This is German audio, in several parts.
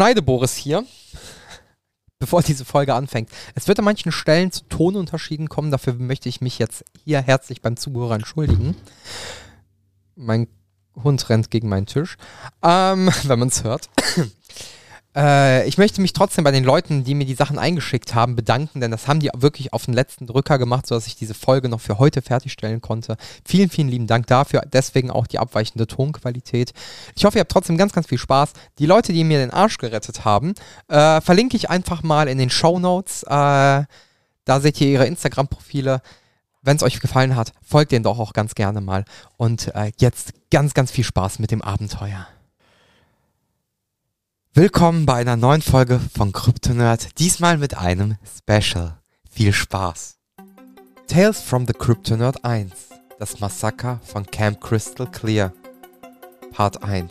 Schneideboris hier, bevor diese Folge anfängt. Es wird an manchen Stellen zu Tonunterschieden kommen, dafür möchte ich mich jetzt hier herzlich beim Zuhörer entschuldigen. Mein Hund rennt gegen meinen Tisch, ähm, wenn man es hört. Äh, ich möchte mich trotzdem bei den Leuten, die mir die Sachen eingeschickt haben, bedanken, denn das haben die wirklich auf den letzten Drücker gemacht, sodass ich diese Folge noch für heute fertigstellen konnte. Vielen, vielen lieben Dank dafür. Deswegen auch die abweichende Tonqualität. Ich hoffe, ihr habt trotzdem ganz, ganz viel Spaß. Die Leute, die mir den Arsch gerettet haben, äh, verlinke ich einfach mal in den Show Notes. Äh, da seht ihr ihre Instagram-Profile. Wenn es euch gefallen hat, folgt denen doch auch ganz gerne mal. Und äh, jetzt ganz, ganz viel Spaß mit dem Abenteuer. Willkommen bei einer neuen Folge von Kryptonerd, diesmal mit einem Special. Viel Spaß! Tales from the Kryptonerd 1 Das Massaker von Camp Crystal Clear Part 1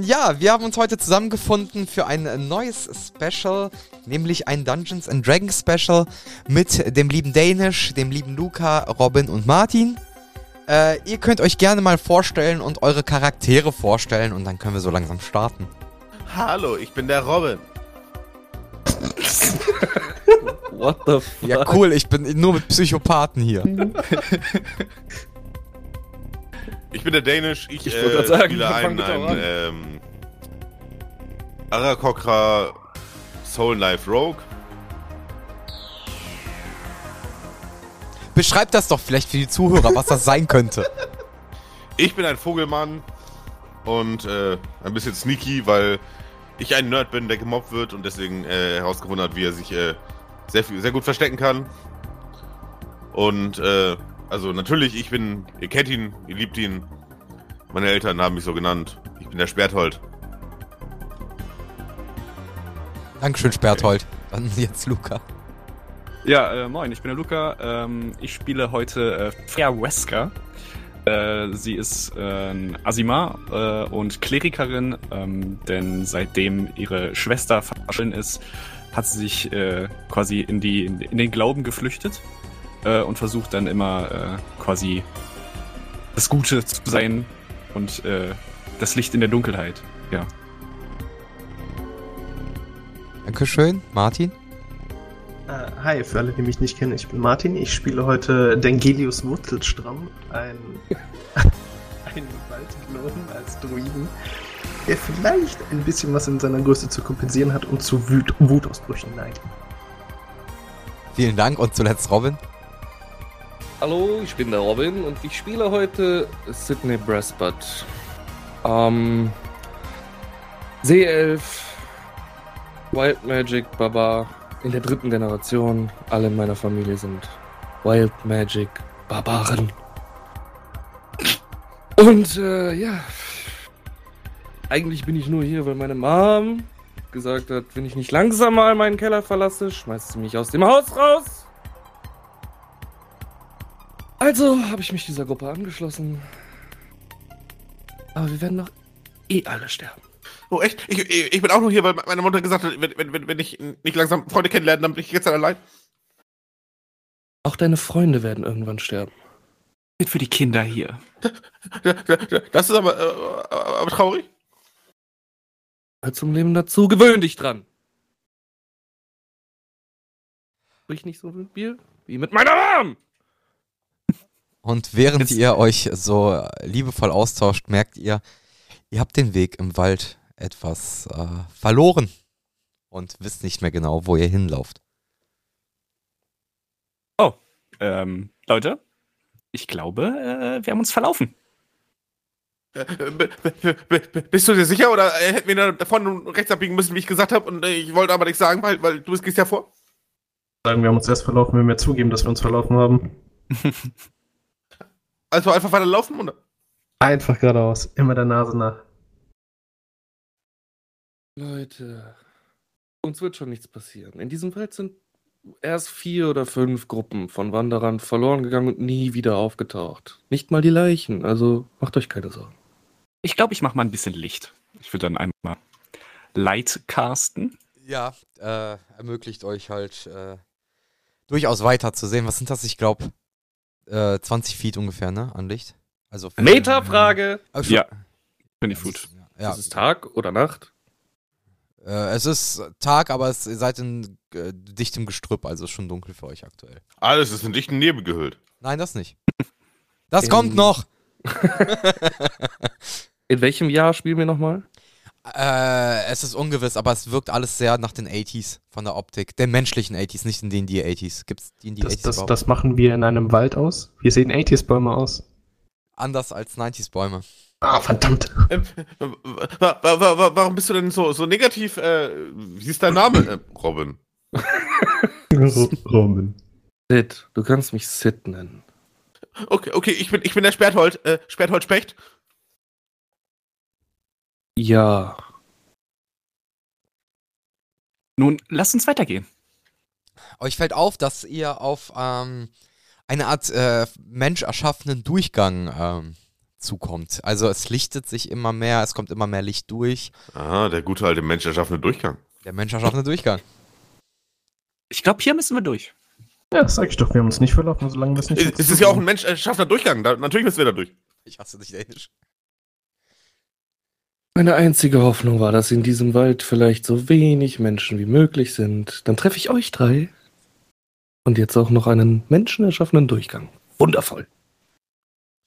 Ja, wir haben uns heute zusammengefunden für ein äh, neues Special, nämlich ein Dungeons and Dragons Special mit dem lieben Danish, dem lieben Luca, Robin und Martin. Äh, ihr könnt euch gerne mal vorstellen und eure Charaktere vorstellen und dann können wir so langsam starten. Hallo, ich bin der Robin. What the fuck? Ja, cool, ich bin nur mit Psychopathen hier. Ich bin der Dänisch. Ich, Ich wollte äh, grad sagen, spiele fang einen, doch einen an. ähm, Arakokra Soul Knife Rogue. Beschreibt das doch vielleicht für die Zuhörer, was das sein könnte. Ich bin ein Vogelmann und äh, ein bisschen sneaky, weil ich ein Nerd bin, der gemobbt wird und deswegen äh, herausgefunden hat, wie er sich äh, sehr, viel, sehr gut verstecken kann. Und äh, also natürlich, ich bin, ihr kennt ihn, ihr liebt ihn. Meine Eltern haben mich so genannt. Ich bin der Sperthold. Dankeschön, Sperthold. Dann jetzt Luca. Ja, äh, moin, ich bin der Luca. Ähm, ich spiele heute äh, Freya Wesker. Äh, sie ist äh, ein Asima äh, und Klerikerin, ähm, denn seitdem ihre Schwester verschollen ist, hat sie sich äh, quasi in, die, in, in den Glauben geflüchtet äh, und versucht dann immer äh, quasi das Gute zu sein und äh, das Licht in der Dunkelheit. Ja. Dankeschön, Martin. Äh, Hi, für alle, die mich nicht kennen, ich bin Martin. Ich spiele heute Dengelius Wurzelstramm, ein, ein Waldgnomen als Druiden, der vielleicht ein bisschen was in seiner Größe zu kompensieren hat und zu Wut Wutausbrüchen neigt. Vielen Dank und zuletzt Robin. Hallo, ich bin der Robin und ich spiele heute Sydney Brassbutt. Ähm, Seeelf, Wild Magic Baba in der dritten Generation. Alle in meiner Familie sind Wild Magic Barbaren. Und äh, ja, eigentlich bin ich nur hier, weil meine Mom gesagt hat, wenn ich nicht langsam mal meinen Keller verlasse, schmeißt sie mich aus dem Haus raus. Also habe ich mich dieser Gruppe angeschlossen. Aber wir werden doch eh alle sterben. Oh, echt? Ich, ich ich bin auch nur hier, weil meine Mutter gesagt hat, wenn, wenn, wenn, wenn ich nicht langsam Freunde kennenlerne, dann bin ich jetzt allein. Auch deine Freunde werden irgendwann sterben. Für die Kinder hier. Das ist aber, äh, aber traurig. Hör Halt zum Leben dazu, gewöhn dich dran. Sprich nicht so viel wie mit meiner Mom! Und während Jetzt- ihr euch so liebevoll austauscht, merkt ihr, ihr habt den Weg im Wald etwas äh, verloren und wisst nicht mehr genau, wo ihr hinlauft. Ähm, Leute, ich glaube, äh, wir haben uns verlaufen. Äh, b- b- b- b- Bist du dir sicher oder äh, hätten wir da davon rechts abbiegen müssen, wie ich gesagt habe? Und äh, ich wollte aber nichts sagen, weil, weil du bist- gehst ja vor. Sagen wir haben uns erst verlaufen, wenn wir zugeben, dass wir uns verlaufen haben. Also einfach weiter laufen und. Einfach geradeaus, immer der Nase nach. Leute, uns wird schon nichts passieren. In diesem Wald sind erst vier oder fünf Gruppen von Wanderern verloren gegangen und nie wieder aufgetaucht. Nicht mal die Leichen, also macht euch keine Sorgen. Ich glaube, ich mache mal ein bisschen Licht. Ich würde dann einmal Light casten. Ja, äh, ermöglicht euch halt äh, durchaus weiter zu sehen. Was sind das? Ich glaube, äh, 20 Feet ungefähr, ne? An Licht. Also Meta-Frage. Äh, schon- Ja, finde ich gut. Ja, Ist es Tag oder Nacht? äh, es ist Tag, aber es, ihr seid in äh, dichtem Gestrüpp, also ist schon dunkel für euch aktuell. Alles ist in dichten Nebel gehüllt. Nein, das nicht. Das In- Ähm. kommt noch. In welchem Jahr spielen wir nochmal? Äh, es ist ungewiss, aber es wirkt alles sehr nach den 80s von der Optik. Den menschlichen 80s, nicht in den die 80s. Gibt's die in die 80s Das, das, überhaupt? das machen wir in einem Wald aus. Wir sehen 80s-Bäume aus. Anders als 90s Bäume. Ah, verdammt. Ähm, wa- wa- wa- wa- warum bist du denn so, so negativ? Äh, wie ist dein Name? Äh, Robin. Robin. Sid. Du kannst mich Sid nennen. Okay, okay, ich bin, ich bin der Sperthold. Äh, Sperthold Specht. Ja. Nun, lasst uns weitergehen. Euch fällt auf, dass ihr auf ähm, eine Art äh, Mensch erschaffenen Durchgang ähm, zukommt. Also es lichtet sich immer mehr, es kommt immer mehr Licht durch. Ah, der gute alte Mensch erschaffene Durchgang. Der Mensch erschaffene Durchgang. Ich glaube, hier müssen wir durch. Ja, das sag ich doch, wir haben uns nicht verlaufen, solange wir es nicht Äh, Es es ist ja auch ein Mensch erschaffener Durchgang. Da, natürlich müssen wir da durch. Ich hasse dich dänisch. Meine einzige Hoffnung war, dass in diesem Wald vielleicht so wenig Menschen wie möglich sind. Dann treffe ich euch drei. Und jetzt auch noch einen menschenerschaffenen Durchgang. Wundervoll.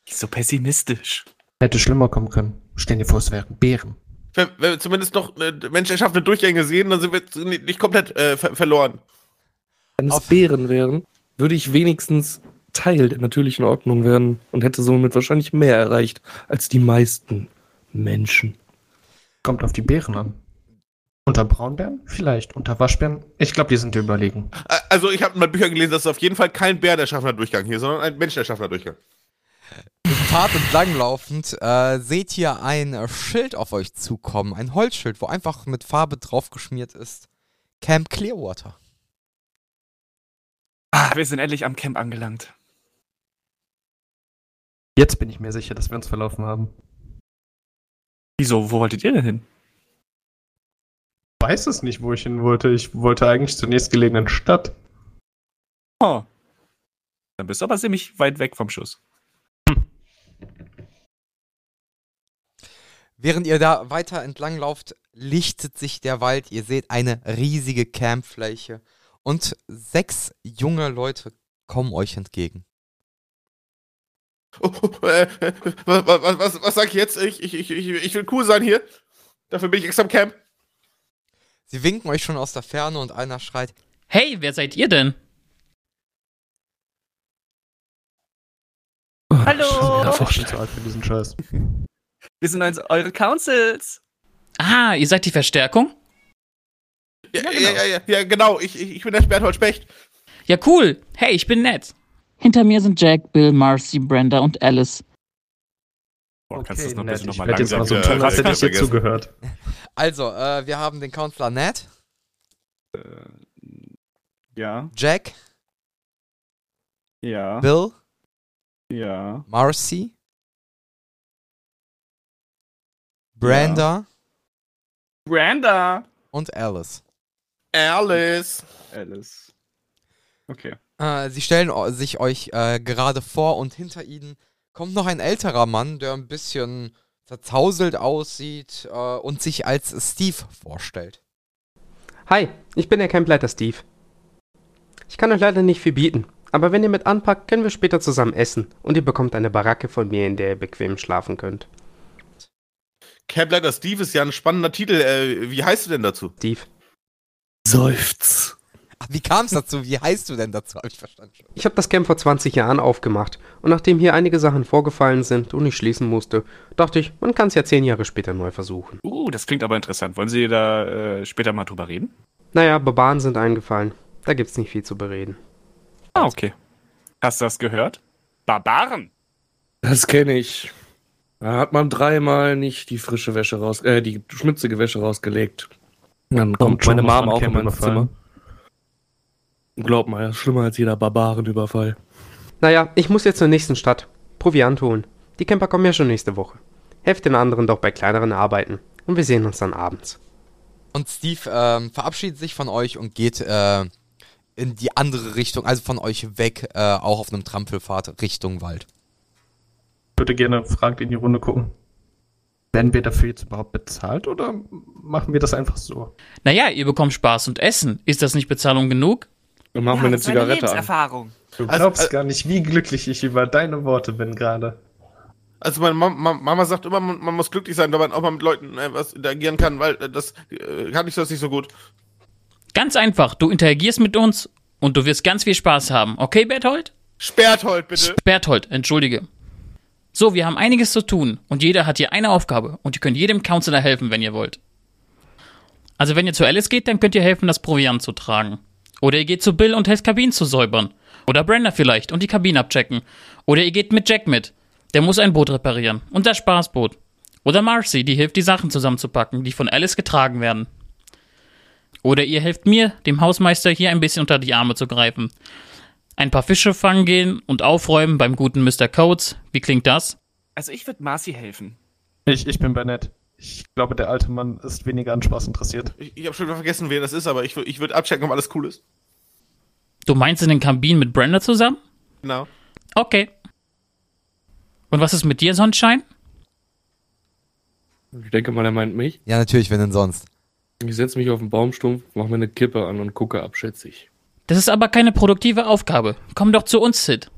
So pessimistisch. Hätte schlimmer kommen können. Stell dir vor, es wären Bären. Wenn, wenn wir zumindest noch äh, Mensch erschaffene Durchgänge sehen, dann sind wir jetzt ni- nicht komplett äh, ver verloren. Wenn es Auf- Bären wären, würde ich wenigstens Teil der natürlichen Ordnung werden und hätte somit wahrscheinlich mehr erreicht als die meisten Menschen. Kommt auf die Bären an. Unter Braunbären? Vielleicht. Unter Waschbären? Ich glaube, die sind dir überlegen. Äh, Also ich habe in meinen Büchern gelesen, dass es auf jeden Fall kein Bär der erschaffener Durchgang hier, sondern ein Mensch erschaffener Durchgang. Fahrt entlanglaufend äh, seht ihr ein äh, Schild auf euch zukommen. Ein Holzschild, wo einfach mit Farbe draufgeschmiert ist. Camp Clearwater. Ah, wir sind endlich am Camp angelangt. Jetzt bin ich mir sicher, dass wir uns verlaufen haben. Wieso? Wo wolltet ihr denn hin? Weiß es nicht, wo ich hin wollte. Ich wollte eigentlich zur nächstgelegenen Stadt. Oh. Dann bist du aber ziemlich weit weg vom Schuss. Während ihr da weiter entlang lauft, lichtet sich der Wald. Ihr seht eine riesige Campfläche und sechs junge Leute kommen euch entgegen. Oh, oh, äh, äh, was, was, was, was sag ich jetzt? Ich, ich, ich, ich, ich will cool sein hier. Dafür bin ich extra im Camp. Sie winken euch schon aus der Ferne und einer schreit: Hey, wer seid ihr denn? Oh. Oh, Ich Ja, Hallo! bin schon zu alt für diesen Scheiß. Wir sind eins eure Councils. Ah, ihr seid die Verstärkung? Ja, ja, ja, ja, ja genau. Ich, ich, ich bin der Sperthold Specht. Ja, cool. Hey, ich bin nett. Hinter mir sind Jack, Bill, Marcy, Brenda und Alice. Boah, kannst du das noch nett. bitte noch ich mal werd jetzt langsam mal so Ja, tun, als das hätte hab ich ich dir vergessen. zugehört. Also, äh, wir haben den Counselor Ned, Ja, Jack, ja, Bill, ja. Marcy, Branda Branda! und Alice. Alice. Alice. Okay. Äh, sie stellen eu- sich euch äh, gerade vor und hinter ihnen kommt noch ein älterer Mann, der ein bisschen zerzauselt aussieht äh, und sich als Steve vorstellt. Hi, ich bin der Campleiter Steve. Ich kann euch leider nicht viel bieten, aber wenn ihr mit anpackt, können wir später zusammen essen und ihr bekommt eine Baracke von mir, in der ihr bequem schlafen könnt. Campleiter Steve ist ja ein spannender Titel. Äh, wie heißt du denn dazu? Steve, Seufz. Ach, wie kam es dazu? Wie heißt du denn dazu? Habe ich verstanden. schon. ich habe das Camp vor 20 Jahren aufgemacht und nachdem hier einige Sachen vorgefallen sind und ich schließen musste, dachte ich, man kann es ja 10 Jahre später neu versuchen. Uh, das klingt aber interessant. Wollen Sie da äh, später mal drüber reden? Naja, Barbaren sind eingefallen. Da gibt's nicht viel zu bereden. Ah, okay. Hast du das gehört? Barbaren! Das kenne ich. Da hat man dreimal nicht die frische Wäsche raus, äh, die schmutzige Wäsche rausgelegt. Dann kommt schon meine mal Mom von auch in Camp mein überfallen. Zimmer. Glaub mal, das ist schlimmer als jeder Barbarenüberfall. Naja, ich muss jetzt zur nächsten Stadt. Proviant holen. Die Camper kommen ja schon nächste Woche. Helft den anderen doch bei kleineren Arbeiten. und wir sehen uns dann abends. Und Steve ähm, verabschiedet sich von euch und geht äh, in die andere Richtung, also von euch weg, äh, auch auf einem Trampelpfad Richtung Wald. würde gerne fragend in die Runde gucken. Werden wir dafür jetzt überhaupt bezahlt oder machen wir das einfach so? Naja, ihr bekommt Spaß und Essen. Ist das nicht Bezahlung genug? Dann machen wir eine Zigarette an. Lebenserfahrung. Du Also- äh, glaubst also- gar nicht, wie glücklich ich über deine Worte bin gerade. Also meine Mam Mam- Mama sagt immer, man, man muss glücklich sein, wenn man auch mal mit Leuten äh, was interagieren kann, weil äh, das äh, kann ich sonst nicht so gut. Ganz einfach, du interagierst mit uns und du wirst ganz viel Spaß haben. Okay, Berthold? Sperrt heute bitte. Berthold, entschuldige. So, wir haben einiges zu tun und jeder hat hier eine Aufgabe und ihr könnt jedem Counselor helfen, wenn ihr wollt. Also wenn ihr zu Alice geht, dann könnt ihr helfen, das Proviant zu tragen. Oder ihr geht zu Bill und helft Kabinen zu säubern. Oder Brenda vielleicht und die Kabinen abchecken. Oder ihr geht mit Jack mit. Der muss ein Boot reparieren. Und das Spaßboot. Oder Marcy, die hilft, die Sachen zusammenzupacken, die von Alice getragen werden. Oder ihr helft mir, dem Hausmeister, hier ein bisschen unter die Arme zu greifen. Ein paar Fische fangen gehen und aufräumen beim guten Mr. Coates. Wie klingt das? Also ich würde Marcy helfen. Ich, ich bin Bennett. Ich glaube, der alte Mann ist weniger an Spaß interessiert. Ich, ich habe schon wieder vergessen, wer das ist, aber ich, wür- ich würde abchecken, ob alles cool ist. Du meinst in den Kabinen mit Brenda zusammen? Genau. Okay. Und was ist mit dir, Sonnenschein? Ich denke mal, er meint mich. Ja, natürlich, wenn denn sonst. Ich setze mich auf den Baumstumpf, mache mir eine Kippe an und gucke abschätzig. Das ist aber keine produktive Aufgabe. Komm doch zu uns, Sid.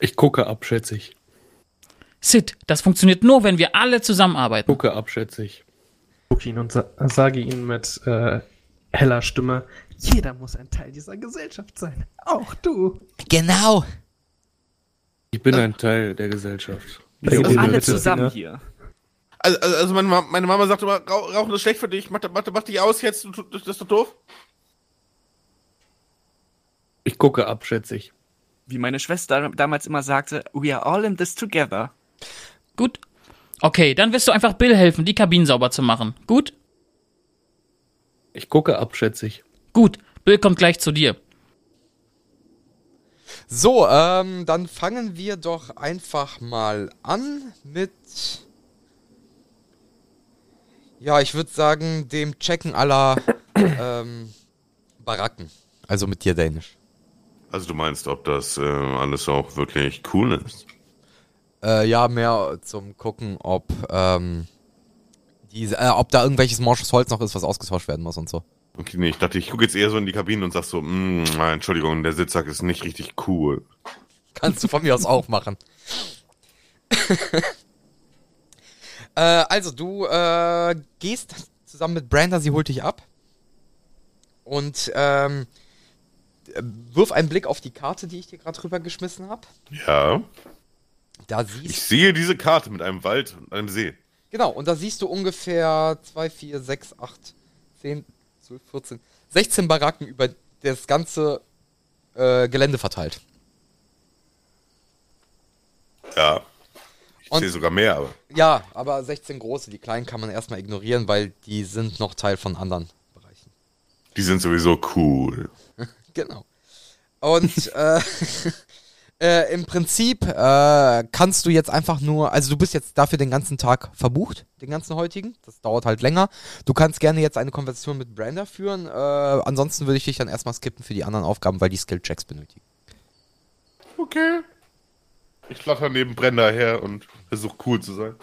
Ich gucke abschätzig. Sid, das funktioniert nur, wenn wir alle zusammenarbeiten. Gucke abschätzig. Guck ihn und sa sage ihm mit äh, heller Stimme: Jeder muss ein Teil dieser Gesellschaft sein. Auch du. Genau. Ich bin ein Teil der Gesellschaft. Also Ich Also Bitte, alle bitte, zusammen ne? hier. Also, also, also meine, Ma meine Mama sagt immer, Rauch, Rauchen ist schlecht für dich, mach, mach, mach dich aus jetzt, du, du- das ist doch doof. Ich gucke abschätzig. Wie meine Schwester damals immer sagte, we are all in this together. Gut. Okay, dann wirst du einfach Bill helfen, die Kabinen sauber zu machen. Gut? Ich gucke abschätzig. Gut. Bill kommt gleich zu dir. So, ähm, dann fangen wir doch einfach mal an mit. Ja, ich würde sagen, dem Checken aller ähm, Baracken. Also mit dir Dänisch. Also du meinst, ob das alles auch wirklich cool ist? Äh, ja, mehr zum Gucken, ob, ähm, diese, äh, ob da irgendwelches morsches Holz noch ist, was ausgetauscht werden muss und so. Okay, nee, ich dachte, ich gucke jetzt eher so in die Kabine und sag so, "Mm, ah, Entschuldigung, der Sitzsack ist nicht richtig cool. Kannst du von mir aus auch machen. äh, also, du äh, gehst zusammen mit Branda, sie holt dich ab. Und ähm, wirf einen Blick auf die Karte, die ich dir gerade rübergeschmissen habe. Ja. Da Ich siehst sehe diese Karte mit einem Wald und einem See. Genau, und da siehst du ungefähr 2, 4, 6, 8, 10, 12, 14, 16 Baracken über das ganze äh, Gelände verteilt. Ja. Ich Und- sehe sogar mehr, aber. Ja, aber 16 große, die kleinen kann man erstmal ignorieren, weil die sind noch Teil von anderen Bereichen. Die sind sowieso cool. Genau. Und äh, äh, im Prinzip äh, kannst du jetzt einfach nur, also du bist jetzt dafür den ganzen Tag verbucht, den ganzen heutigen. Das dauert halt länger. Du kannst gerne jetzt eine Konversation mit Branda führen. Äh, ansonsten würde ich dich dann erstmal skippen für die anderen Aufgaben, weil die Skill-Checks benötigen. Okay. Ich flatter neben Brenda her und versuche cool zu sein.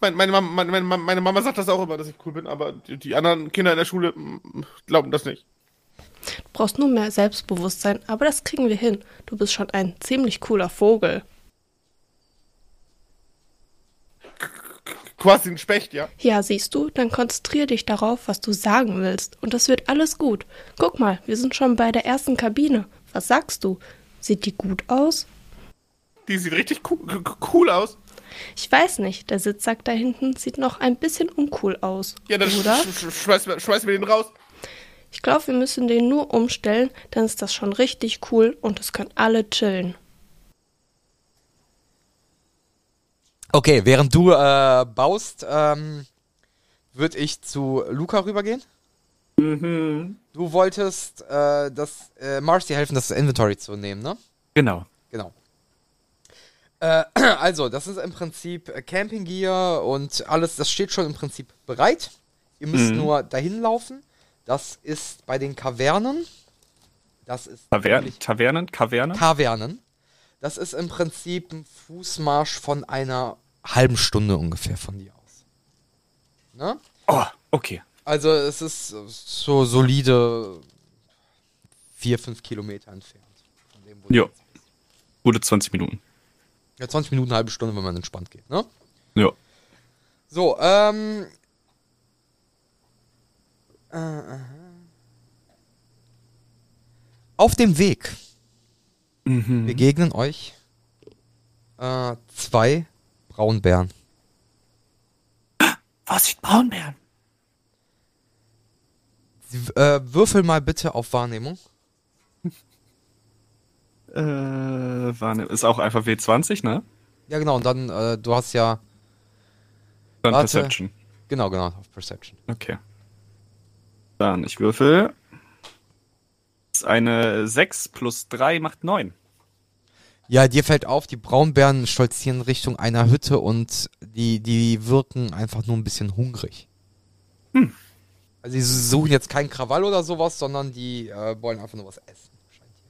Meine, meine, Mama, meine, meine- meine Mama sagt das auch immer, dass ich cool bin, aber die, die anderen Kinder in der Schule mm, glauben das nicht. Du brauchst nur mehr Selbstbewusstsein, aber das kriegen wir hin. Du bist schon ein ziemlich cooler Vogel. Quasi ein Specht, ja? Ja, siehst du, dann konzentriere dich darauf, was du sagen willst. Und das wird alles gut. Guck mal, wir sind schon bei der ersten Kabine. Was sagst du? Sieht die gut aus? Die sieht richtig cool, cool aus. Ich weiß nicht, der Sitzsack da hinten sieht noch ein bisschen uncool aus. Ja, dann sch oder? sch schmeiß, mir- schmeiß mir den raus. Ich glaube, wir müssen den nur umstellen, dann ist das schon richtig cool und es können alle chillen. Okay, während du äh, baust, ähm, würde ich zu Luca rübergehen. Mhm. Du wolltest äh, das, äh, Marcy helfen, das Inventory zu nehmen, ne? Genau. Genau. Äh, also, das ist im Prinzip äh, Camping Gear und alles, das steht schon im Prinzip bereit. Ihr müsst Mhm. nur dahin laufen. Das ist bei den Kavernen. Das ist Taver Tavernen? Kavernen? Kavernen. Das ist im Prinzip ein Fußmarsch von einer halben Stunde ungefähr von dir aus. Ne? Oh, okay. Also es ist so solide vier, fünf Kilometer entfernt. Von dem, wo du Jo. Gute 20 Minuten. Ja, 20 Minuten, eine halbe Stunde, wenn man entspannt geht, ne? Ja. So, ähm. Äh, aha. auf dem Weg begegnen euch äh, zwei Braunbären. Was sieht Braunbären? Sie, äh, würfel mal bitte auf Wahrnehmung. Äh, war ne, ist auch einfach W20, ne? Ja, genau, und dann, äh, du hast ja. Dann Warte. Perception. Genau, genau, auf Perception. Okay. Dann, ich würfel. Das ist eine 6 plus 3 macht 9. Ja, dir fällt auf, die Braunbären stolzieren Richtung einer Hütte und die, die wirken einfach nur ein bisschen hungrig. Hm. Also sie suchen jetzt keinen Krawall oder sowas, sondern die äh, wollen einfach nur was essen.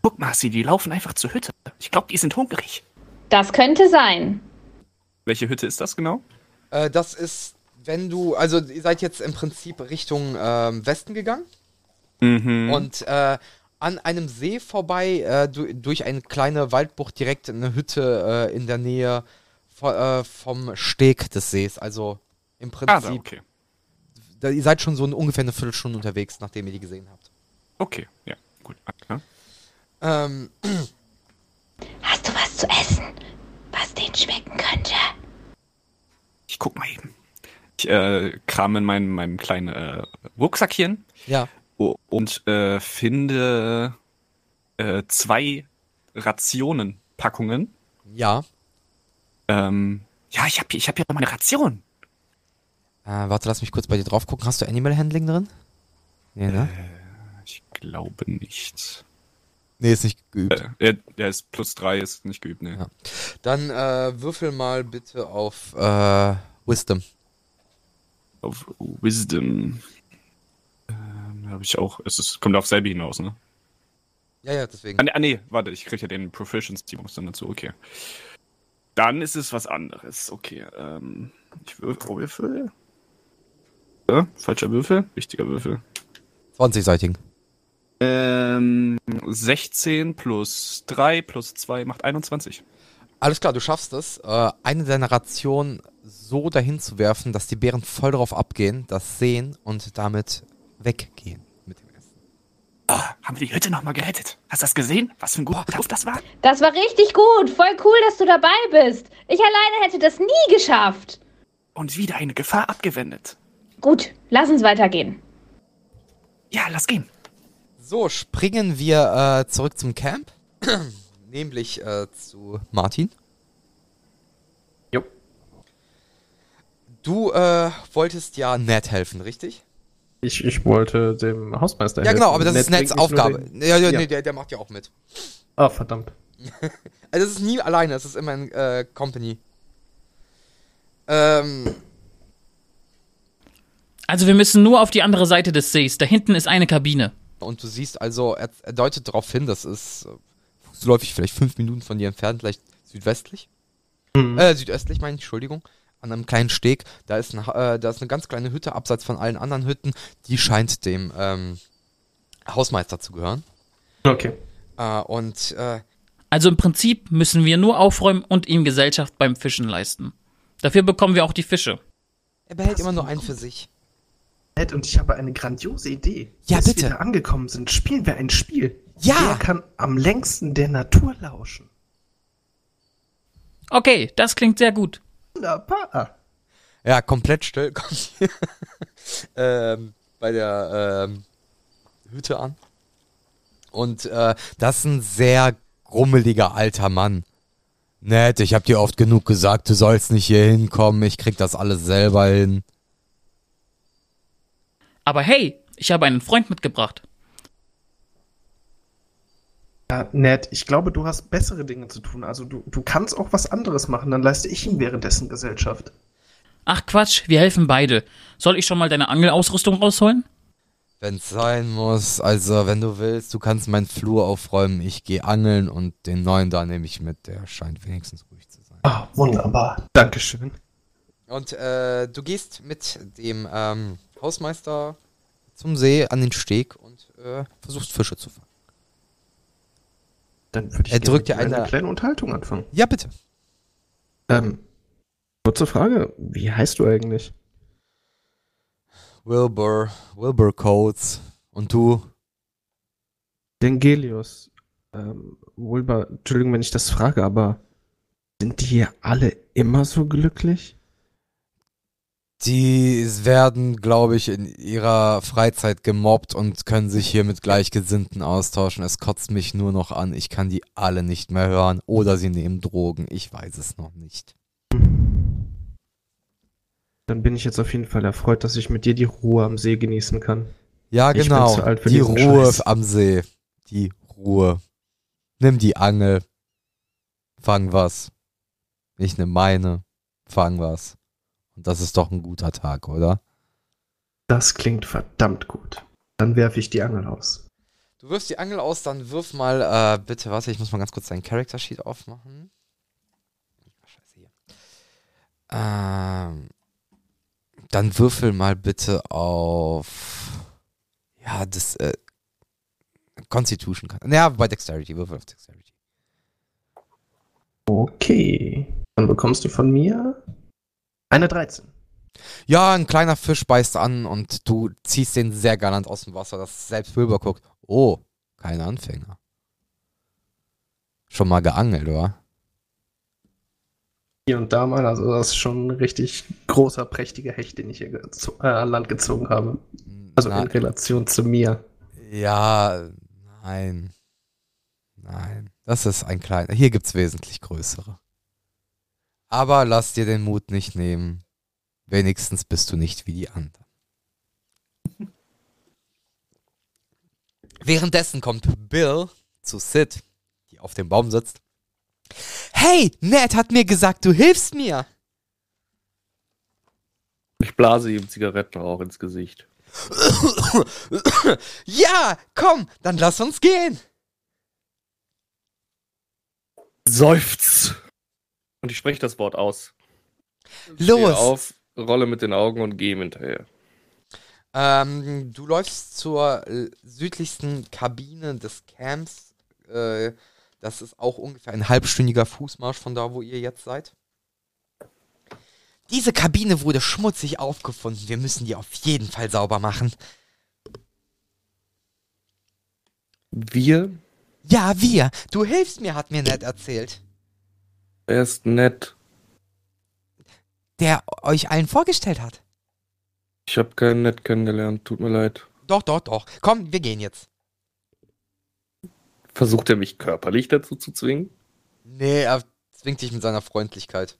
Guck, Marci, die laufen einfach zur Hütte. Ich glaube, die sind hungrig. Das könnte sein. Welche Hütte ist das genau? Äh, das ist, wenn du, also ihr seid jetzt im Prinzip Richtung ähm, Westen gegangen Mhm. und äh, an einem See vorbei, äh, du, durch eine kleine Waldbucht direkt in eine Hütte äh, in der Nähe vo, äh, vom Steg des Sees. Also im Ah, da, Prinzip okay. da, ihr seid schon so in ungefähr eine Viertelstunde unterwegs, nachdem ihr die gesehen habt. Okay, ja, gut, alles klar. Ähm, Hast du was zu essen, was denen schmecken könnte? Ich guck mal eben. Ich äh, kram in meinem, meinem kleinen äh, Rucksackchen ja. o- und äh, finde äh, zwei Rationenpackungen. Ja. Ähm, ja, ich habe ich hab hier noch meine Ration. Äh, warte, lass mich kurz bei dir drauf gucken. Hast du Animal Handling drin? Nee, ne? Ich glaube nicht. nee, ist nicht geübt. Äh, er, er ist plus drei, ist nicht geübt, ne? Dann äh, würfel mal bitte auf äh, Wisdom. Auf Wisdom. Ähm, habe ich auch. Es ist, kommt auf selbe hinaus, ne? Ja, ja, deswegen. Ah, ne- ah nee, warte, ich krieg ja den Proficiency-Bonus dann dazu, okay. Dann ist es was anderes, okay. Ähm, ich würf- oh, würfel. Ja, falscher Würfel, wichtiger Würfel. 20-seitigen. Ähm, 16 plus 3 plus 2 macht 21. Alles klar, du schaffst es, äh, eine deiner Rationen so dahin zu werfen, dass die Bären voll drauf abgehen, das sehen und damit weggehen. Haben wir die Hütte nochmal gerettet? Hast du das gesehen? Was für ein guter Ruf das war? Das war richtig gut. Voll cool, dass du dabei bist. Ich alleine hätte das nie geschafft. Und wieder eine Gefahr abgewendet. Gut, lass uns weitergehen. Ja, lass gehen. So, springen wir äh, zurück zum Camp. Nämlich äh, zu Martin. Jo. Du äh, wolltest ja Ned helfen, richtig? Ich, ich wollte dem Hausmeister Ja, helfen. genau, aber das ist Äh, Ned Neds bringt mich nur Aufgabe. den- Ja, ja, Ja. Nee, der, der macht ja auch mit. Ah, verdammt. Also es ist nie alleine, es ist immer in äh, Company. Ähm, Also wir müssen nur auf die andere Seite des Sees. Da hinten ist eine Kabine. und du siehst also, er, er deutet darauf hin, das ist äh, fußläufig vielleicht fünf Minuten von dir entfernt, vielleicht südwestlich. Äh, südöstlich meine ich, Entschuldigung. An einem kleinen Steg. Da ist, eine, Ha- äh, da ist eine ganz kleine Hütte, abseits von allen anderen Hütten. Die scheint dem ähm, Hausmeister zu gehören. Okay. Äh, und äh, Also im Prinzip müssen wir nur aufräumen und ihm Gesellschaft beim Fischen leisten. Dafür bekommen wir auch die Fische. er behält immer nur einen für sich. Ned und ich habe eine grandiose Idee. Ja, Bis bitte. wir da angekommen sind, spielen wir ein Spiel. Ja. Wer kann am längsten der Natur lauschen? Okay, das klingt sehr gut. Wunderbar. Ja, komplett still kommt ähm, bei der ähm, Hütte an. Und äh, das ist ein sehr grummeliger alter Mann. Nett, ich hab dir oft genug gesagt, du sollst nicht hier hinkommen, ich krieg das alles selber hin. Aber hey, Ich habe einen Freund mitgebracht. Ja, Ned, ich glaube, du hast bessere Dinge zu tun. Also du, du kannst auch was anderes machen, dann leiste ich ihm währenddessen Gesellschaft. Ach Quatsch, wir helfen beide. Soll ich schon mal deine Angelausrüstung rausholen? Wenn's sein muss, also wenn du willst, du kannst meinen Flur aufräumen. Ich gehe angeln und den neuen da nehme ich mit. Der scheint wenigstens ruhig zu sein. Ah, wunderbar. Dankeschön. Und äh, du gehst mit dem ähm, Hausmeister zum See an den Steg und äh, versuchst Fische zu fangen. Dann würde ich Er drückt gerne dir mit einer eine- kleinen Unterhaltung anfangen. Ja, bitte. Ähm, kurze Frage, wie heißt du eigentlich? Wilbur, Wilbur Coates. Und du? Dengelius. Ähm, Wilbur, Entschuldigung, wenn ich das frage, aber sind die hier alle immer so glücklich? Die werden, glaube ich, in ihrer Freizeit gemobbt und können sich hier mit Gleichgesinnten austauschen. Es kotzt mich nur noch an. Ich kann die alle nicht mehr hören. Oder sie nehmen Drogen. Ich weiß es noch nicht. Dann bin ich jetzt auf jeden Fall erfreut, dass ich mit dir die Ruhe am See genießen kann. Ja, Ich genau. bin zu alt für die diesen Ruhe Scheiß. am See. Die Ruhe. Nimm die Angel. Fang was. Ich nehme meine. Fang was. Und das ist doch ein guter Tag, oder? Das klingt verdammt gut. Dann werfe ich die Angel aus. Du wirfst die Angel aus, dann wirf mal, äh, bitte, warte, ich muss mal ganz kurz deinen Character Sheet aufmachen. Scheiße hier. Ähm, dann würfel mal bitte auf. Ja, das, äh, Constitution kann. Naja, bei Dexterity, würfel auf Dexterity. Okay. Dann bekommst du von mir eine 13. Ja, ein kleiner Fisch beißt an und du ziehst den sehr galant aus dem Wasser, dass selbst Wilbur guckt. Oh, kein Anfänger. Schon mal geangelt, oder? Hier und da mal, also das ist schon ein richtig großer, prächtiger Hecht, den ich hier gezo- äh, an Land gezogen habe. Also Na- in Relation zu mir. Ja, nein. Nein. Das ist ein kleiner. Hier gibt's wesentlich größere. Aber lass dir den Mut nicht nehmen. Wenigstens bist du nicht wie die anderen. Währenddessen kommt Bill zu Sid, die auf dem Baum sitzt. Hey, Ned hat mir gesagt, du hilfst mir. Ich blase ihm Zigarettenrauch ins Gesicht. Ja, komm, dann lass uns gehen. Seufz! Und ich spreche das Wort aus. Stehe Los. auf, rolle mit den Augen und gehe ihm hinterher. Ähm, du läufst zur äh, südlichsten Kabine des Camps. Äh, das ist auch ungefähr ein halbstündiger Fußmarsch von da, wo ihr jetzt seid. Diese Kabine wurde schmutzig aufgefunden. Wir müssen die auf jeden Fall sauber machen. Wir? Ja, wir. Du hilfst mir, hat mir Ned erzählt. Er ist nett. Der euch allen vorgestellt hat. Ich habe keinen nett kennengelernt. Tut mir leid. Doch, doch, doch. Komm, wir gehen jetzt. Versucht er mich körperlich dazu zu zwingen? Nee, er zwingt dich mit seiner Freundlichkeit.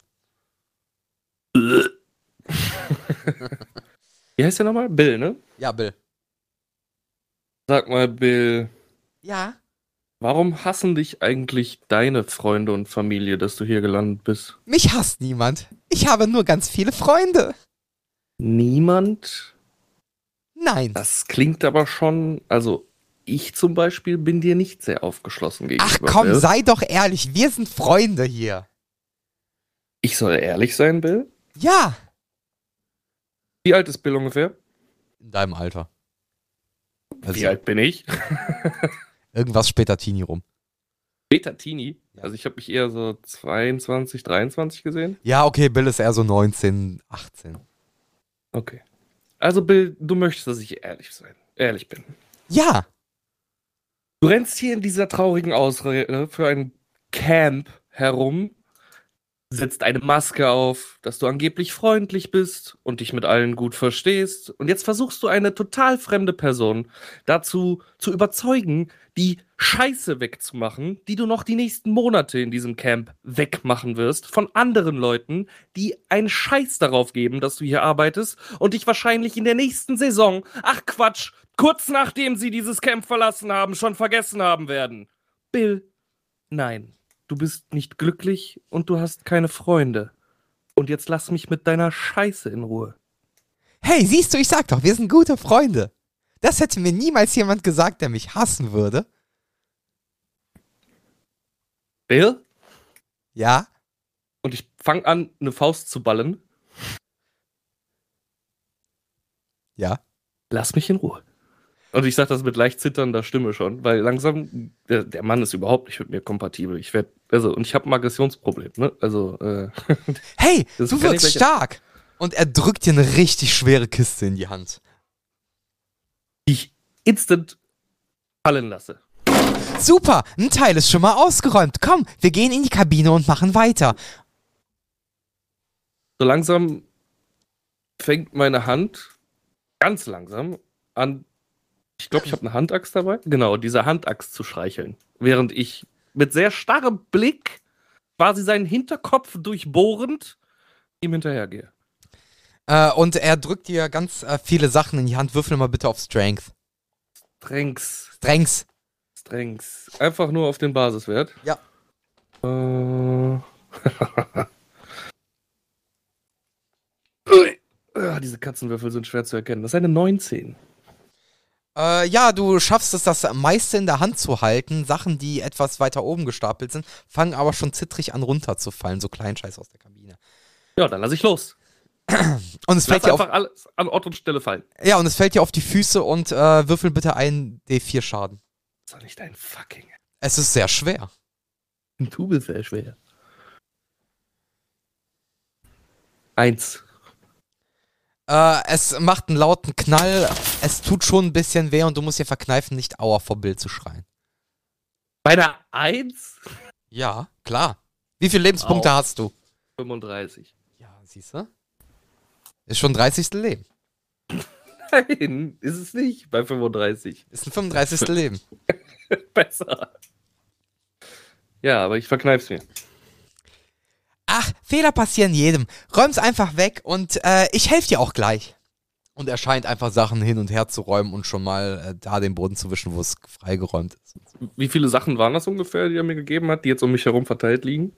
Wie heißt der nochmal? Bill, ne? Ja, Bill. Sag mal, Bill, Ja. warum hassen dich eigentlich deine Freunde und Familie, dass du hier gelandet bist? Mich hasst niemand. Ich habe nur ganz viele Freunde. Niemand? Nein. Das klingt aber schon, also ich zum Beispiel bin dir nicht sehr aufgeschlossen gegenüber. Ach komm, Bill. sei doch ehrlich, wir sind Freunde hier. Ich soll ehrlich sein, Bill? Ja. Wie alt ist Bill ungefähr? In deinem Alter. Also, Wie alt bin ich? Irgendwas später Teenie rum. Beta Teenie. Also ich habe mich eher so 22, 23 gesehen. Ja, okay, Bill ist eher so 19, 18. Okay. Also Bill, du möchtest, dass ich ehrlich sein, ehrlich bin. Ja. Du rennst hier in dieser traurigen Ausrede für ein Camp herum, setzt eine Maske auf, dass du angeblich freundlich bist und dich mit allen gut verstehst. Und jetzt versuchst du eine total fremde Person dazu zu überzeugen, die Scheiße wegzumachen, die du noch die nächsten Monate in diesem Camp wegmachen wirst von anderen Leuten, die einen Scheiß darauf geben, dass du hier arbeitest und dich wahrscheinlich in der nächsten Saison, ach Quatsch, kurz nachdem sie dieses Camp verlassen haben, schon vergessen haben werden. Bill, nein, du bist nicht glücklich und du hast keine Freunde. Und jetzt lass mich mit deiner Scheiße in Ruhe. Hey, siehst du, ich sag doch, wir sind gute Freunde. Das hätte mir niemals jemand gesagt, der mich hassen würde. Bill? Ja? Und ich fange an, eine Faust zu ballen. Ja? Lass mich in Ruhe. Und ich sage das mit leicht zitternder Stimme schon, weil langsam, der, der Mann ist überhaupt nicht mit mir kompatibel. Ich werde, also, und ich habe ein Aggressionsproblem, ne? Also, äh, Hey, Das du kann wirst ich gleich- stark! Und er drückt dir eine richtig schwere Kiste in die Hand. Ich instant fallen lasse. Super, ein Teil ist schon mal ausgeräumt. Komm, wir gehen in die Kabine und machen weiter. So langsam fängt meine Hand ganz langsam an. Ich glaube, ich habe eine Handachs dabei. Genau, diese Handachs zu streicheln. Während ich mit sehr starrem Blick quasi seinen Hinterkopf durchbohrend ihm hinterhergehe. Äh, und er drückt dir ganz äh, viele Sachen in die Hand. Würfel mal bitte auf Strength. Strengths, Strengths. Strengths. Einfach nur auf den Basiswert. Ja. Äh. Ui. Ah, diese Katzenwürfel sind schwer zu erkennen. Das ist eine 19. Äh, ja, du schaffst es, das meiste in der Hand zu halten. Sachen, die etwas weiter oben gestapelt sind, fangen aber schon zittrig an runterzufallen. So Kleinscheiß aus der Kabine. Ja, dann lass ich los. Und es fällt Lass dir auf, einfach alles an Ort und Stelle fallen. ja, und es fällt dir auf die Füße und äh, würfel bitte einen D4 Schaden. Das ist doch nicht dein fucking. Es ist sehr schwer. Ein Tubel sehr schwer. Eins. Äh, es macht einen lauten Knall. Es tut schon ein bisschen weh und du musst dir verkneifen, nicht Aua vor Bild zu schreien. Bei einer Eins? Ja, klar. Wie viele Lebenspunkte Au. hast du? 35. Ja, siehst du? Ist schon 30. Leben. Nein, ist es nicht. Bei 35. Ist ein 35. Leben. Besser. Ja, aber ich verkneif's mir. Ach, Fehler passieren jedem. Räum's einfach weg und äh, ich helfe dir auch gleich. Und er scheint einfach Sachen hin und her zu räumen und schon mal äh, da den Boden zu wischen, wo es freigeräumt ist. Wie viele Sachen waren das ungefähr, die er mir gegeben hat, die jetzt um mich herum verteilt liegen?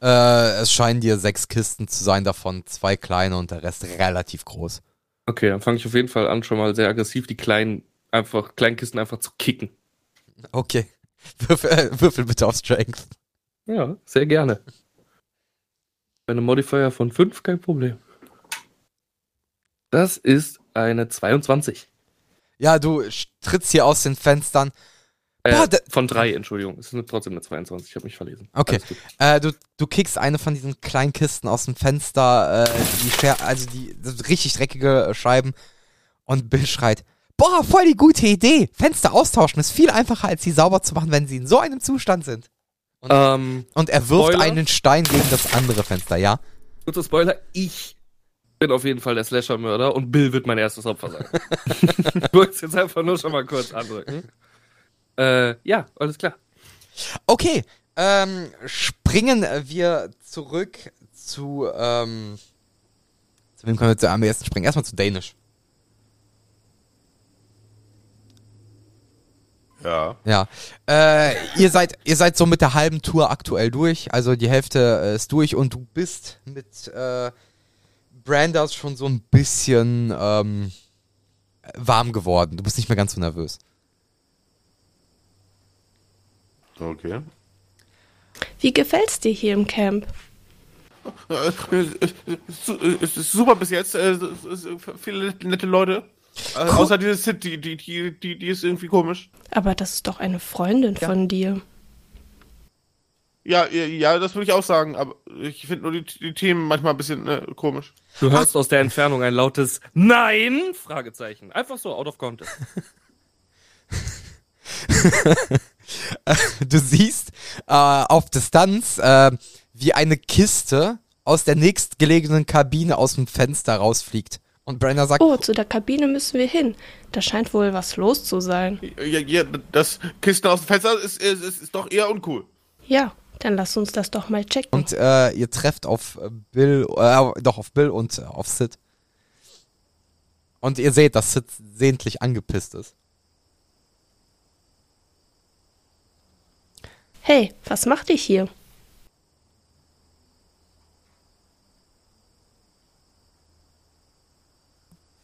Äh, es scheinen dir sechs Kisten zu sein, davon zwei kleine und der Rest relativ groß. Okay, dann fange ich auf jeden Fall an, schon mal sehr aggressiv die kleinen, einfach, kleinen Kisten einfach zu kicken. Okay. Würfel, äh, würfel bitte auf Strength. Ja, sehr gerne. Bei einem Modifier von 5 kein Problem. Das ist eine 22. Ja, du sch- trittst hier aus den Fenstern. Äh, Boah, da- von 3, Entschuldigung. Es ist trotzdem eine 22, ich habe mich verlesen. Okay. Alles gut. Äh, du, du kickst eine von diesen kleinen Kisten aus dem Fenster, äh, die Scher also die das sind richtig dreckige äh, Scheiben. Und Bill schreit: Boah, voll die gute Idee! Fenster austauschen ist viel einfacher, als sie sauber zu machen, wenn sie in so einem Zustand sind. Und, Ähm, und er wirft Spoiler? einen Stein gegen das andere Fenster, ja? Kurzer Spoiler, ich bin auf jeden Fall der Slasher-Mörder und Bill wird mein erstes Opfer sein. ich wollte es jetzt einfach nur schon mal kurz andrücken. Hm? Äh, ja, alles klar. Okay, ähm, springen wir zurück zu, ähm, zu wem können wir zu am ersten springen? Erstmal zu Danish. Ja. Ja. Äh, ihr seid, ihr seid so mit der halben Tour aktuell durch, also die Hälfte äh, ist durch und du bist mit äh, Brandas schon so ein bisschen ähm, warm geworden. Du bist nicht mehr ganz so nervös. Okay. Wie gefällt's dir hier im Camp? Äh, äh, su- äh, Es ist super bis jetzt. äh, es ist, äh, Viele nette Leute. Äh, Außer diese Sid, die, die, die, die, die ist irgendwie komisch. Aber das ist doch eine Freundin von dir. Ja, ja, ja, das würde ich auch sagen, aber ich finde nur die, die Themen manchmal ein bisschen äh, komisch. Du hörst aus der Entfernung ein lautes Nein? Fragezeichen. Einfach so, out of context. du siehst äh, auf Distanz, äh, wie eine Kiste aus der nächstgelegenen Kabine aus dem Fenster rausfliegt. Und Brenner sagt, Oh, zu der Kabine müssen wir hin. Da scheint wohl was los zu sein. Ja, ja, das Kisten aus dem Fenster ist, ist, ist, ist doch eher uncool. Ja, dann lass uns das doch mal checken. und äh, ihr trefft auf äh, Bill, äh, doch auf Bill und äh, auf Sid. Und ihr seht, dass Sid sehentlich angepisst ist. Hey, was macht ich hier?